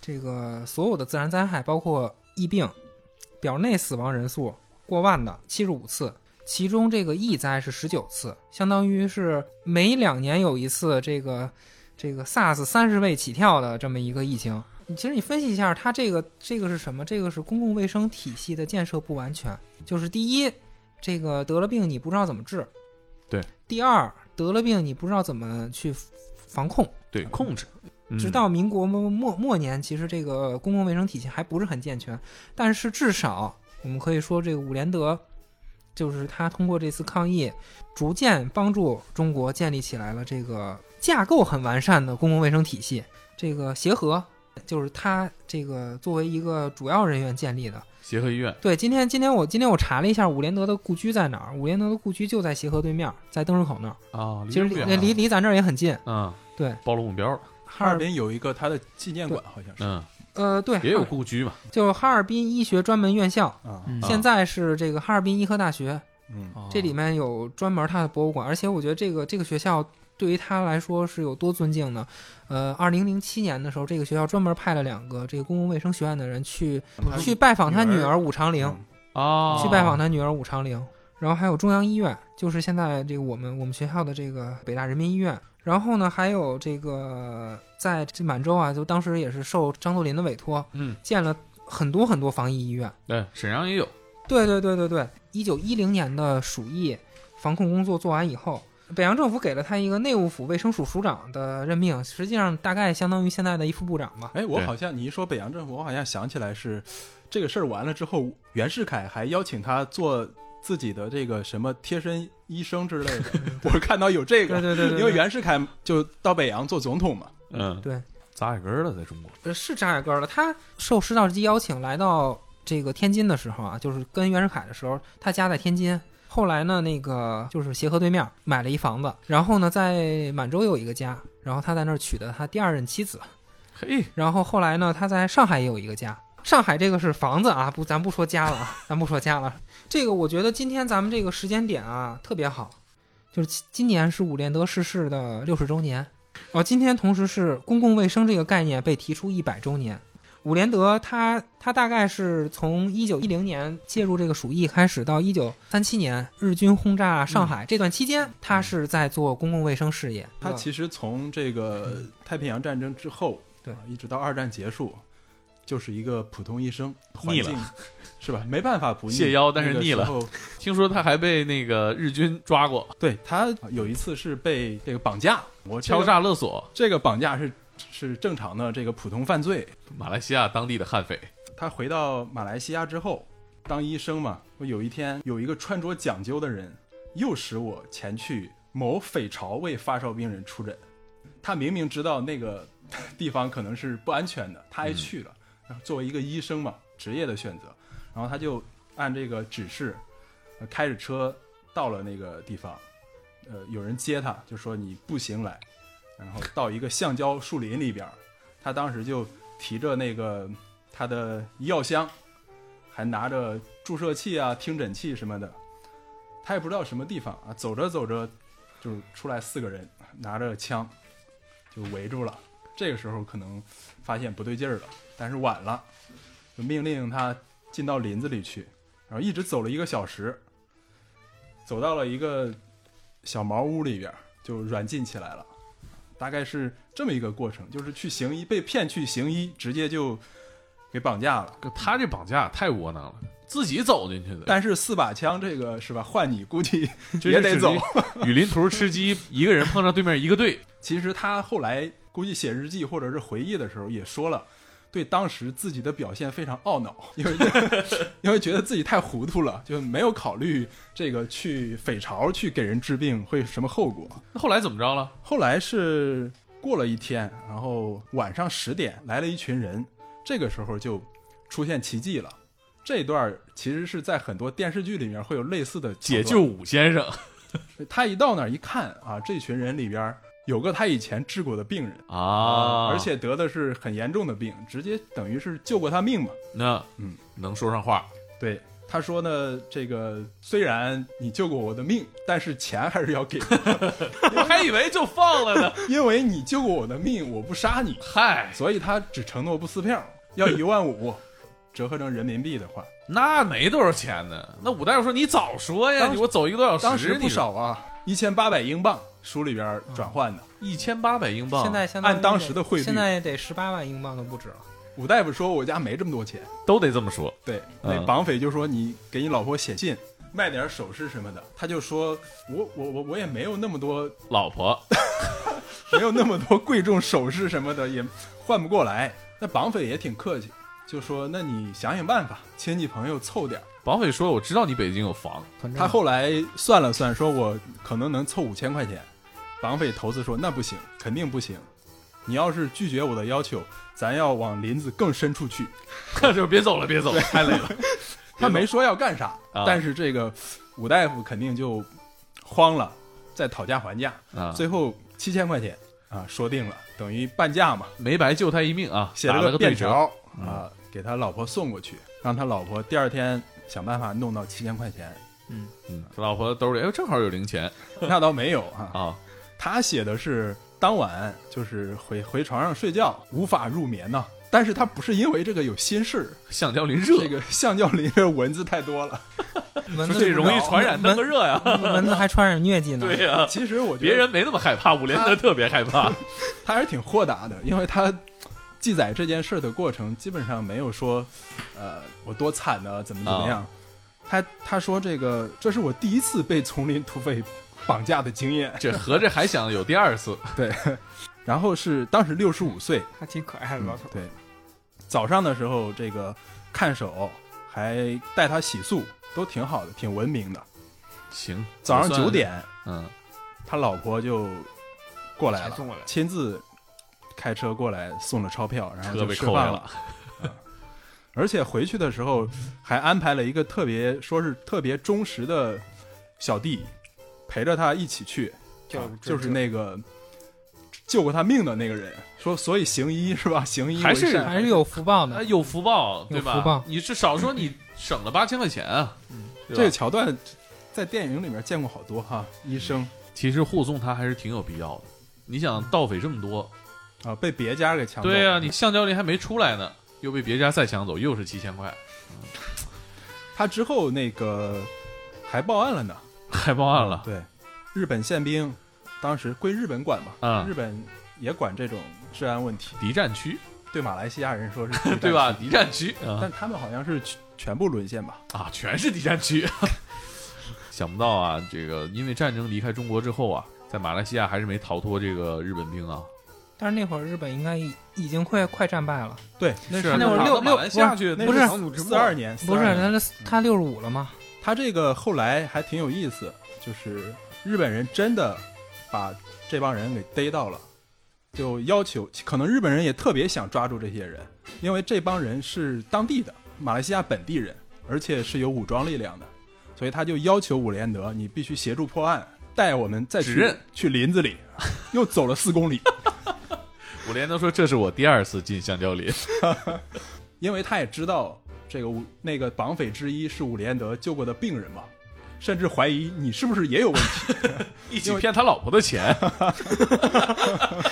这个所有的自然灾害，包括疫病，表内死亡人数过万的七十五次，其中这个疫灾是十九次，相当于是每两年有一次这个这个 SARS 三十位起跳的这么一个疫情。你其实你分析一下，它这个这个是什么？这个是公共卫生体系的建设不完全，就是第一，这个得了病你不知道怎么治，
对；
第二，得了病你不知道怎么去防控，
对，控制。嗯
直到民国末末末年，其实这个公共卫生体系还不是很健全，但是至少我们可以说，这个伍连德就是他通过这次抗疫，逐渐帮助中国建立起来了这个架构很完善的公共卫生体系。这个协和就是他这个作为一个主要人员建立的。
协和医院，
对，今天今天我今天我查了一下伍连德的故居在哪儿，伍连德的故居就在协和对面，在灯市口那儿，
啊，
其实
离
离
这不
那
远
离离咱这儿也很近。
嗯，
对，
暴露目标了，
哈
哈尔
尔滨
滨有一个他的纪念馆，好像是
嗯，
呃对，
也有
哈尔
故居嘛，
就哈尔滨医学专门院校，
啊，
嗯啊
现在是这个哈尔滨医科大学，
嗯，
这里面有专门它的博物馆，而且我觉得这个这个学校对于他来说是有多尊敬的。呃，二零零七年的时候，这个学校专门派了两个这个公共卫生学院的人去
他
去拜访他
啊女儿
女儿武长玲，
嗯
啊，
去拜访他女儿武长玲，然后还有中央医院，就是现在这个我们我们学校的这个北大人民医院。然后呢，还有这个在这满洲啊，就当时也是受张作霖的委托，
嗯，
建了很多很多防疫医院。
对，沈阳也有，
对对对对对，一九一零年的鼠疫防控工作做完以后，北洋政府给了他一个内务府卫生署署长的任命，实际上大概相当于现在的一副部长吧。
哎，我
对
好像你一说北洋政府，我好像想起来是这个事儿完了之后，袁世凯还邀请他做自己的这个什么贴身医生之类的。 我看到有这个，
对对对对，
因为袁世凯就到北洋做总统嘛。
嗯，
对，
扎眼根儿了，在中国。
呃是扎眼根儿了。他受石道基邀请来到这个天津的时候啊，就是跟袁世凯的时候，他家在天津。后来呢，那个就是协和对面买了一房子，然后呢，在满洲有一个家，然后他在那儿娶的他第二任妻子。
嘿，
然后后来呢，他在上海也有一个家。上海这个是房子啊，不，咱不说家了啊，咱不说家了。这个我觉得今天咱们这个时间点啊特别好，就是今今年是伍连德逝世的六十周年，哦，今天同时是公共卫生这个概念被提出一百周年。伍连德他他大概是从一九一零年介入这个鼠疫开始，到一九三七年日军轰炸上海、这段期间，他是在做公共卫生事业。
他
呃
嗯其实从这个太平洋战争之后，
对
啊一直到二战结束，就是一个普通医生，环
腻
境
了，
是吧？没办法不腻
谢邀但是
那个
腻了
时候
听说他还被那个日军抓过，
对他有一次是被这个绑架，我这
敲
个
诈勒索
这个绑架是是正常的这个普通犯罪。
马来西亚当地的悍匪。
他回到马来西亚之后，当医生嘛，我有一天有一个穿着讲究的人，诱使我前去某匪巢为发烧病人出诊。他明明知道那个地方可能是不安全的，他还去了。然后作为一个医生嘛，职业的选择，然后他就按这个指示，呃开着车到了那个地方。呃，有人接他，就说你步行来，然后到一个橡胶树林里边儿，他当时就提着那个他的药箱，还拿着注射器啊、听诊器什么的。他也不知道什么地方啊，走着走着，就是出来四个人拿着枪，就围住了。这个时候可能发现不对劲儿了，但是晚了，就命令他进到林子里去，然后一直走了一个小时，走到了一个小茅屋里边儿，就软禁起来了。大概是这么一个过程，就是去行医被骗去行医，直接就给绑架了。
他这绑架太窝囊了，自己走进去的，
但是四把枪这个是吧？换你估计
这
也
是属
得
于
走。。
雨林图吃鸡，一个人碰上对面一个队，
其实他后来估计写日记或者是回忆的时候也说了，对当时自己的表现非常懊恼，因为因为觉得自己太糊涂了，就没有考虑这个去匪巢去给人治病会什么后果。
那后来怎么着了？
后来是过了一天，然后晚上十点来了一群人，这个时候就出现奇迹了。这一段儿其实是在很多电视剧里面会有类似的桥
解
段
救武先生
他一到那儿一看啊，这群人里边儿有个他以前治过的病人
啊
而且得的是很严重的病，直接等于是救过他命嘛。
那
嗯
能说上话，
对，他说呢，这个虽然你救过我的命，但是钱还是要给的，
我还以为就放了呢。
因为你救过我的命，我不杀你，
嗨，
所以他只承诺不撕票，要一万五，折合成人民币的话，
那没多少钱呢。那武大夫说：“你早说呀，
当时
我走一个多小时，
当时
你
不少啊，一千八百英镑，书里边儿转换的。
一千八百英镑，
现在相当于
按当时的汇率
现在得十八万英镑都不止了。
武大夫说我家没这么多钱。
都得这么说。
对，
嗯
那绑匪就说你给你老婆写信，卖点首饰什么的。他就说，我我我我也没有那么多，
老婆，
没有那么多贵重首饰什么的，也换不过来。那绑匪也挺客气，就说那你想想办法，亲戚朋友凑点儿。
绑匪说：我知道你北京有 房，
团
他后来算了算，说我可能能凑五千块钱。绑匪头子说那不行，肯定不行。你要是拒绝我的要求，咱要往林子更深处去。
就别走了，别 走了，太累了。
他没说要干啥，
啊
但是这个武大夫肯定就慌了，在讨价还价，
啊，
最后七千块钱啊说定了，等于半价嘛，
没白救他一命啊，
写
打了
个
对
便
折。嗯
条啊，给他老婆送过去，让他老婆第二天想办法弄到七千 块钱，
嗯，老婆兜里哎，正好有零钱
那倒没有啊，
啊，
他写的是当晚就是回回床上睡觉无法入眠呐、但是他不是因为这个有心事，
橡胶淋热，
这个橡胶里面文字太多了。
蚊
说
子
这容易传染登
蚊
革热呀。
蚊子还传染疟疾呢。
对呀，
其实我觉得
别人没那么害怕，伍连德特别害怕。
他还是挺豁达的，因为他记啊载这件事儿的过程基本上没有说，呃，我多惨呢、怎么怎么样，他他说这个这是我第一次被丛林土匪绑架的经验，
这合着还想有第二次，
然后是当时六十五岁，
还挺可爱的老头。
对，早上的时候这个看守还带他洗漱，都挺好的，挺文明的。
行，
早上
也算
九，点，
嗯，
他老婆就过来
才
了，
送过来
亲自开车过来送了钞票，然后
车
就
被
吃
扣
饭
来
了。，而且回去的时候还安排了一个特别说是特别忠实的小弟陪着他一起去，啊
叫
就是那个救过他命的那个人。说所以行医是吧？行医
还
为
是
善
还是有福报
哎
的。
有福报对吧？
有福报
你至少说你省了八千块钱啊，对吧
这个桥段在电影里面见过好多哈，医生
其实护送他还是挺有必要的。你想盗匪这么多，
啊被别家给抢走，
嗯对呀、啊你橡胶林还没出来呢，又被别家再抢走，又是七千块，
他之后那个还报案了呢。
还报案了。
对，日本宪兵当时归日本管嘛，
嗯
日本也管这种治安问题。
敌占区
对马来西亚人 说是敌占
对吧？
区？
敌占区啊
但他们好像是全全部沦陷吧？
啊，全是敌占区。想不到啊，这个因为战争离开中国之后啊，在马来西亚还是没逃脱这个日本兵啊。
但是那会儿日本应该已已经快快战败了，
对，那
是啊
是
那会儿六
打到马来西亚去，
那
不是
四二年，
不是
42年
他他六十五了吗？
他这个后来还挺有意思，就是日本人真的把这帮人给逮到了，就要求，可能日本人也特别想抓住这些人，因为这帮人是当地的马来西亚本地人，而且是有武装力量的，所以他就要求伍连德，你必须协助破案，带我们再
指
去
认
去林子里，又走了四公里，
伍连德说这是我第二次进橡胶林，
因为他也知道这个伍那个绑匪之一是伍连德救过的病人嘛，甚至怀疑你是不是也有 问题。
一起骗他老婆的钱。 嗯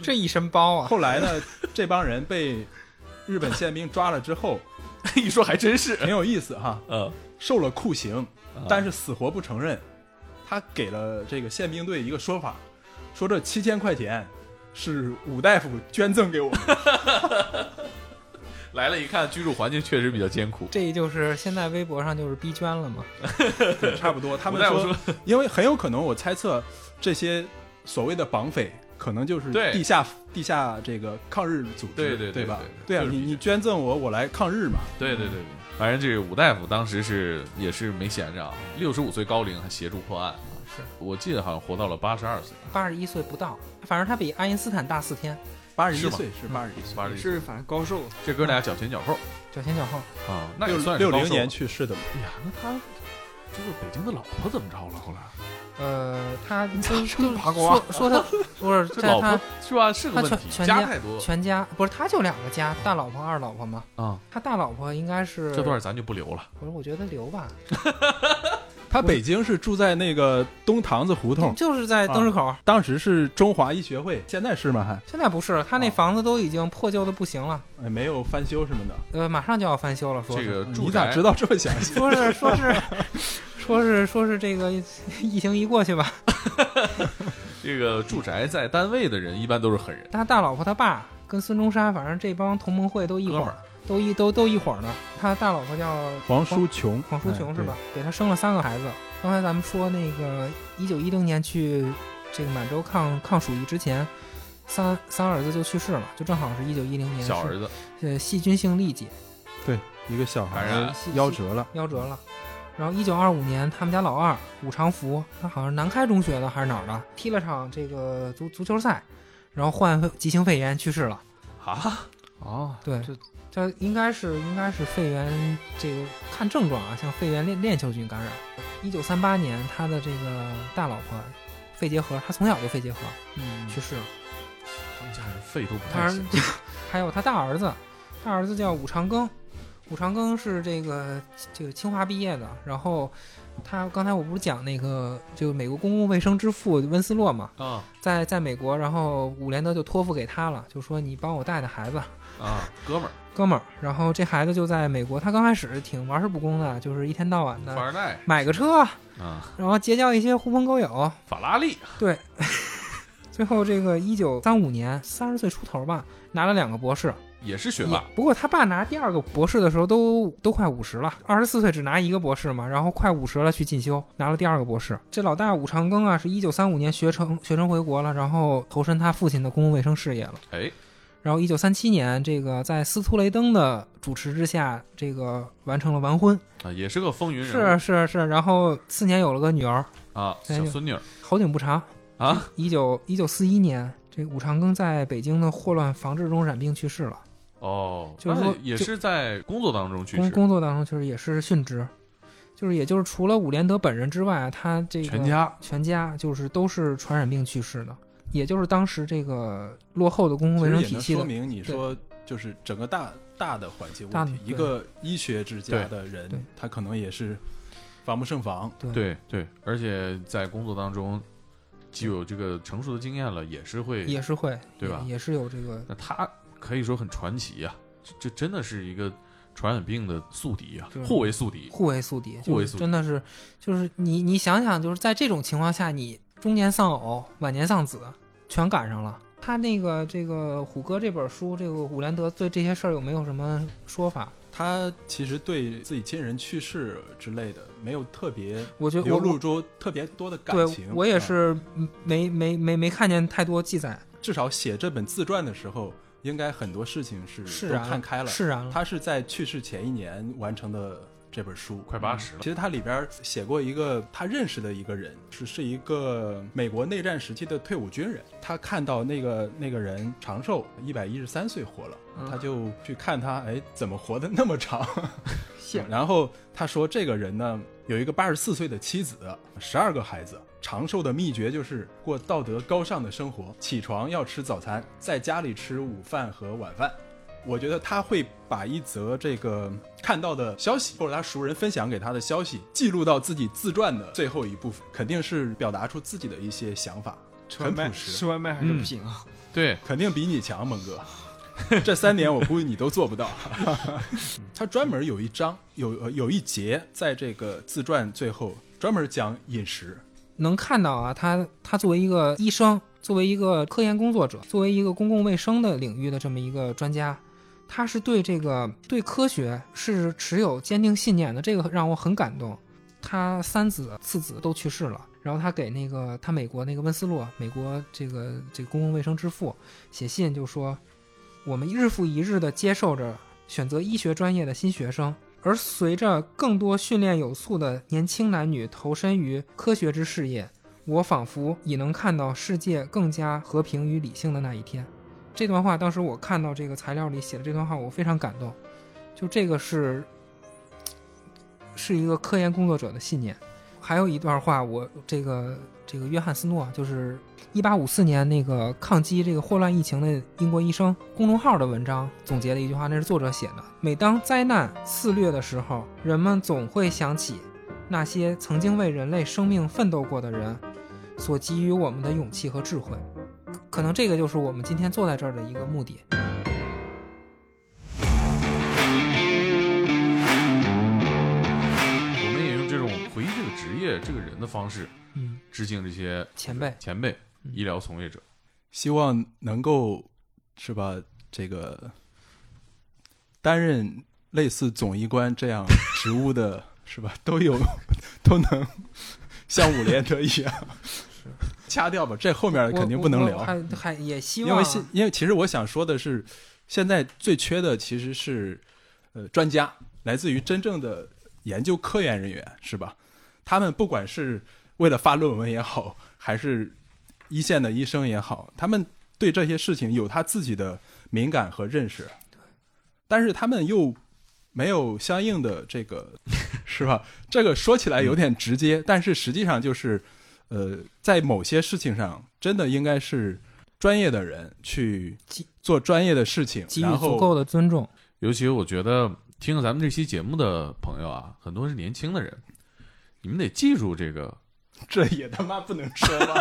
这一身包啊，
后来呢，这帮人被日本宪兵抓了 之后，
一说还真是，
很有意思哈，
嗯，
受了酷刑，但是死活不承认。他给了这个宪兵队一个说法，说这七千块钱是武大夫捐赠给我。
来了一看，居住环境确实比较艰苦。
这就是现在微博上就是逼捐了嘛。
对，差不多。他们
伍大夫
说，因为很有可能，我猜测这些所谓的绑匪。可能就是
对
地下地下这个抗日组织，
对对对
吧？
对对
啊
就，是
你
地下
你捐赠我，我来抗日嘛。
对对对对，反正这个武大夫当时是也是没闲着啊，六十五岁高龄还协助破案啊，
是
我记得好像活到了八十二岁，
八十一岁不到，反正他比爱因斯坦大四天，
八十
是
一
吗
岁是八十一岁，
八十一岁，
是反正高寿，
这哥俩脚前脚后
脚前脚后。
啊，那也
六
算是
六
高
零
寿
年
了，
去世的嘛。
哎呀，那他这个北京的老婆怎么着了？后来
呃， 他就
生
就
八卦
说说他不是
这
在
老
他
婆是吧？是个
他
问
全
题，
全
家
家
太多
全家不是他就两个家，大老婆二老婆嘛。
啊，
他大老婆应该是
这段咱就不留了。
不是，我觉得留 吧，
他北京是住在那个东塘子胡同，
就是在
啊
灯市口。
当时是中华医学会，现在是吗？还
现在不是了，他那
哦
房子都已经破旧的不行了，
哎没有翻修什么的。
呃，马上就要翻修了。说
这
是
个呃住
你咋
宅
知道这么详细？
说是说是说是说是这个疫情一过去吧，
这个住宅在单位的人一般都是狠人，
他大老婆他爸跟孙中山，反正这帮同盟会都一
哥
伙
们
儿
儿，
都一都都一伙儿呢。他大老婆叫
黄淑琼，哎
黄
哎
淑琼是吧？给他生了三个孩子。刚才咱们说那个一九一零年去这个满洲抗抗鼠疫之前，三三儿子就去世了，就正好是一九一零年
小
是
儿子
呃细菌性痢疾
对？对，一个小孩
感染
夭折了。
夭折了。然后一九二五年，他们家老二武长福，他好像是南开中学的还是哪儿的，踢了场这个足足球赛，然后患急性肺炎去世了。
啊啊，
对
这，
这应该是应该是肺炎这个看症状啊，像肺炎链链球菌感染。一九三八年，他的这个大老婆肺结核，他从小就肺结核
嗯
去世了。
他们家人肺都不
当
太
然
行，，
还有他大儿子，大儿子叫武长庚，武长庚是这个这个清华毕业的。然后他刚才我不是讲那个就美国公共卫生之父温斯洛嘛，
啊
在在美国，然后伍连德就托付给他了，就说你帮我带带孩子，
啊，哥们儿，
哥们儿。然后这孩子就在美国，他刚开始挺玩世不恭的，就是一天到晚
富
的
二代
买个车，
啊，
然后结交一些狐朋狗友，
法拉利
对， 最后这个一九三五年三十岁出头吧，拿了两个博士，
也是学霸，
不过他爸拿第二个博士的时候都都快五十了，二十四岁只拿一个博士嘛，然后快五十了去进修，拿了第二个博士。这老大武长庚啊，是一九三五年学成学成回国了，然后投身他父亲的公共卫生事业了。
哎，
然后一九三七年，这个在司徒雷登的主持之下，这个完成了完婚，
啊，也是个风云人物
是哎是是，然后次年有了个女儿，
啊，小孙女儿
好景不长，
啊，
一九一九四一年，这武长庚在北京的霍乱防治中染病去世了。
哦，
就是
那
说
也是在工作当中去
工
世，
工作当中就是也是殉职，就是也就是除了伍连德本人之外，他这个
全家
全家就是都是传染病去世的，也就是当时这个落后的公共卫生
其实也
体
能
系
说
的。
明你说就是整个大大的环境
大
问
的
题，一
对
个医学之家
对
的人
对，
他可能也是防不胜防。
对对，而且在工作当中既有这个成熟的经验了，也是会
也是会，
对吧
也也是有这个，
那他可以说很传奇呀、这这真的是一个传染病的宿敌呀、
对
互为宿敌。
互为宿敌，
互为
就
宿
是
敌
真的是，就是你你想想，就是在这种情况下，你中年丧偶，晚年丧子，全赶上了。他那个这个虎哥这本书，这个伍连德对这些事儿有没有什么说法？
他其实对自己亲人去世之类的，没有特别
我觉得
流
我
露出特别多的感情。
对我也
啊
是没没没没看见太多记载，
至少写这本自传的时候，应该很多事情是
释
都
然
看开了。
释然了。
他是在去世前一年完成的这本书，
快八十了
其实他里边写过一个他认识的一个人，是是一个美国内战时期的退伍军人。他看到那个那个人长寿，一百一十三岁活了，
嗯
他就去看他，哎，怎么活得那么长？
羡慕
然后他说，这个人呢有一个八十四岁的妻子，十二个孩子。长寿的秘诀就是过道德高尚的生活，起床要吃早餐，在家里吃午饭和晚饭。我觉得他会把一则这个看到的消息，或者他熟人分享给他的消息，记录到自己自传的最后一部分，肯定是表达出自己的一些想法，
吃外
很
卖
朴实
吃，外卖还是不行啊。
对，
肯定比你强，猛哥。 这三点我估计你都做不到。 他专门有一章，有呃有一节，在这个自传最后专门讲饮食，
能看到啊，他他作为一个医生，作为一个科研工作者，作为一个公共卫生的领域的这么一个专家，他是对这个对科学是持有坚定信念的，这个让我很感动。他三子次子都去世了，然后他给那个他美国那个温斯洛，美国这个这个公共卫生之父写信就说，我们日复一日地接受着选择医学专业的新学生，而随着更多训练有素的年轻男女投身于科学之事业，我仿佛已能看到世界更加和平与理性的那一天。这段话当时我看到这个材料里写的这段话，我非常感动。就这个是是一个科研工作者的信念。还有一段话，我这个这个约翰斯诺，啊就是一八五四年那个抗击这个霍乱疫情的英国医生公众号的文章总结了一句话，那是作者写的：每当灾难肆虐的时候，人们总会想起那些曾经为人类生命奋斗过的人所给予我们的勇气和智慧。可可能这个就是我们今天坐在这儿的一个目的。
我们也用这种回忆这个职业、这个人的方式，
嗯，
致敬这些
前辈，
前辈、
嗯
医疗从业者。
希望能够是吧？这个担任类似总医官这 样职务的，是吧？ 都有都能像伍连德一样，掐掉吧，这后
呃
面肯定不能
我
聊
我。还还也希望
因为现因为其实我想说的是，现在最缺的其实是呃专家，来自于真正的研究科研人员，是吧？他们不管是为了发论文也好，还是一线的医生也好，他们对这些事情有他自己的敏感和认识，但是他们又没有相应的这个， 是吧？这个说起来有点直
嗯
接，但是实际上就是，呃，在某些事情上，真的应该是专业的人去
给
做专业的事情，
给
然
予
后
足够的尊重。
尤其我觉得听了咱们这期节目的朋友啊，很多是年轻的人，你们得记住这个。
这也他妈不能说吧？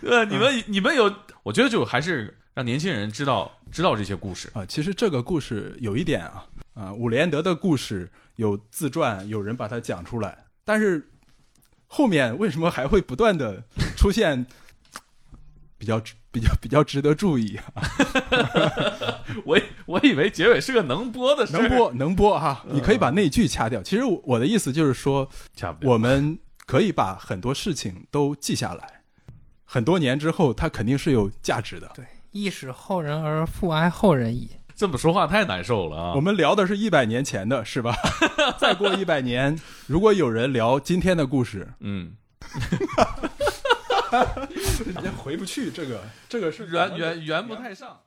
呃，你们、你们有，我觉得就还是让年轻人知道知道这些故事。
啊，其实这个故事有一点啊，啊，伍连德的故事有自传，有人把它讲出来，但是后面为什么还会不断的出现比较值比较比较值得注意，
我以 我以为结尾是个能播的事儿，
能播能播哈、你可以把那一句掐掉。其实我我的意思就是说，
掐不掉。
我们可以把很多事情都记下来，很多年之后它肯定是有价值的。
亦使后人而复哀后人矣。
这么说话太难受了啊
我！们聊的是一百年前的是吧？再过一百年，如果有人聊今天的故事，
嗯，
人家回不去这个这个是
圆圆圆不太上。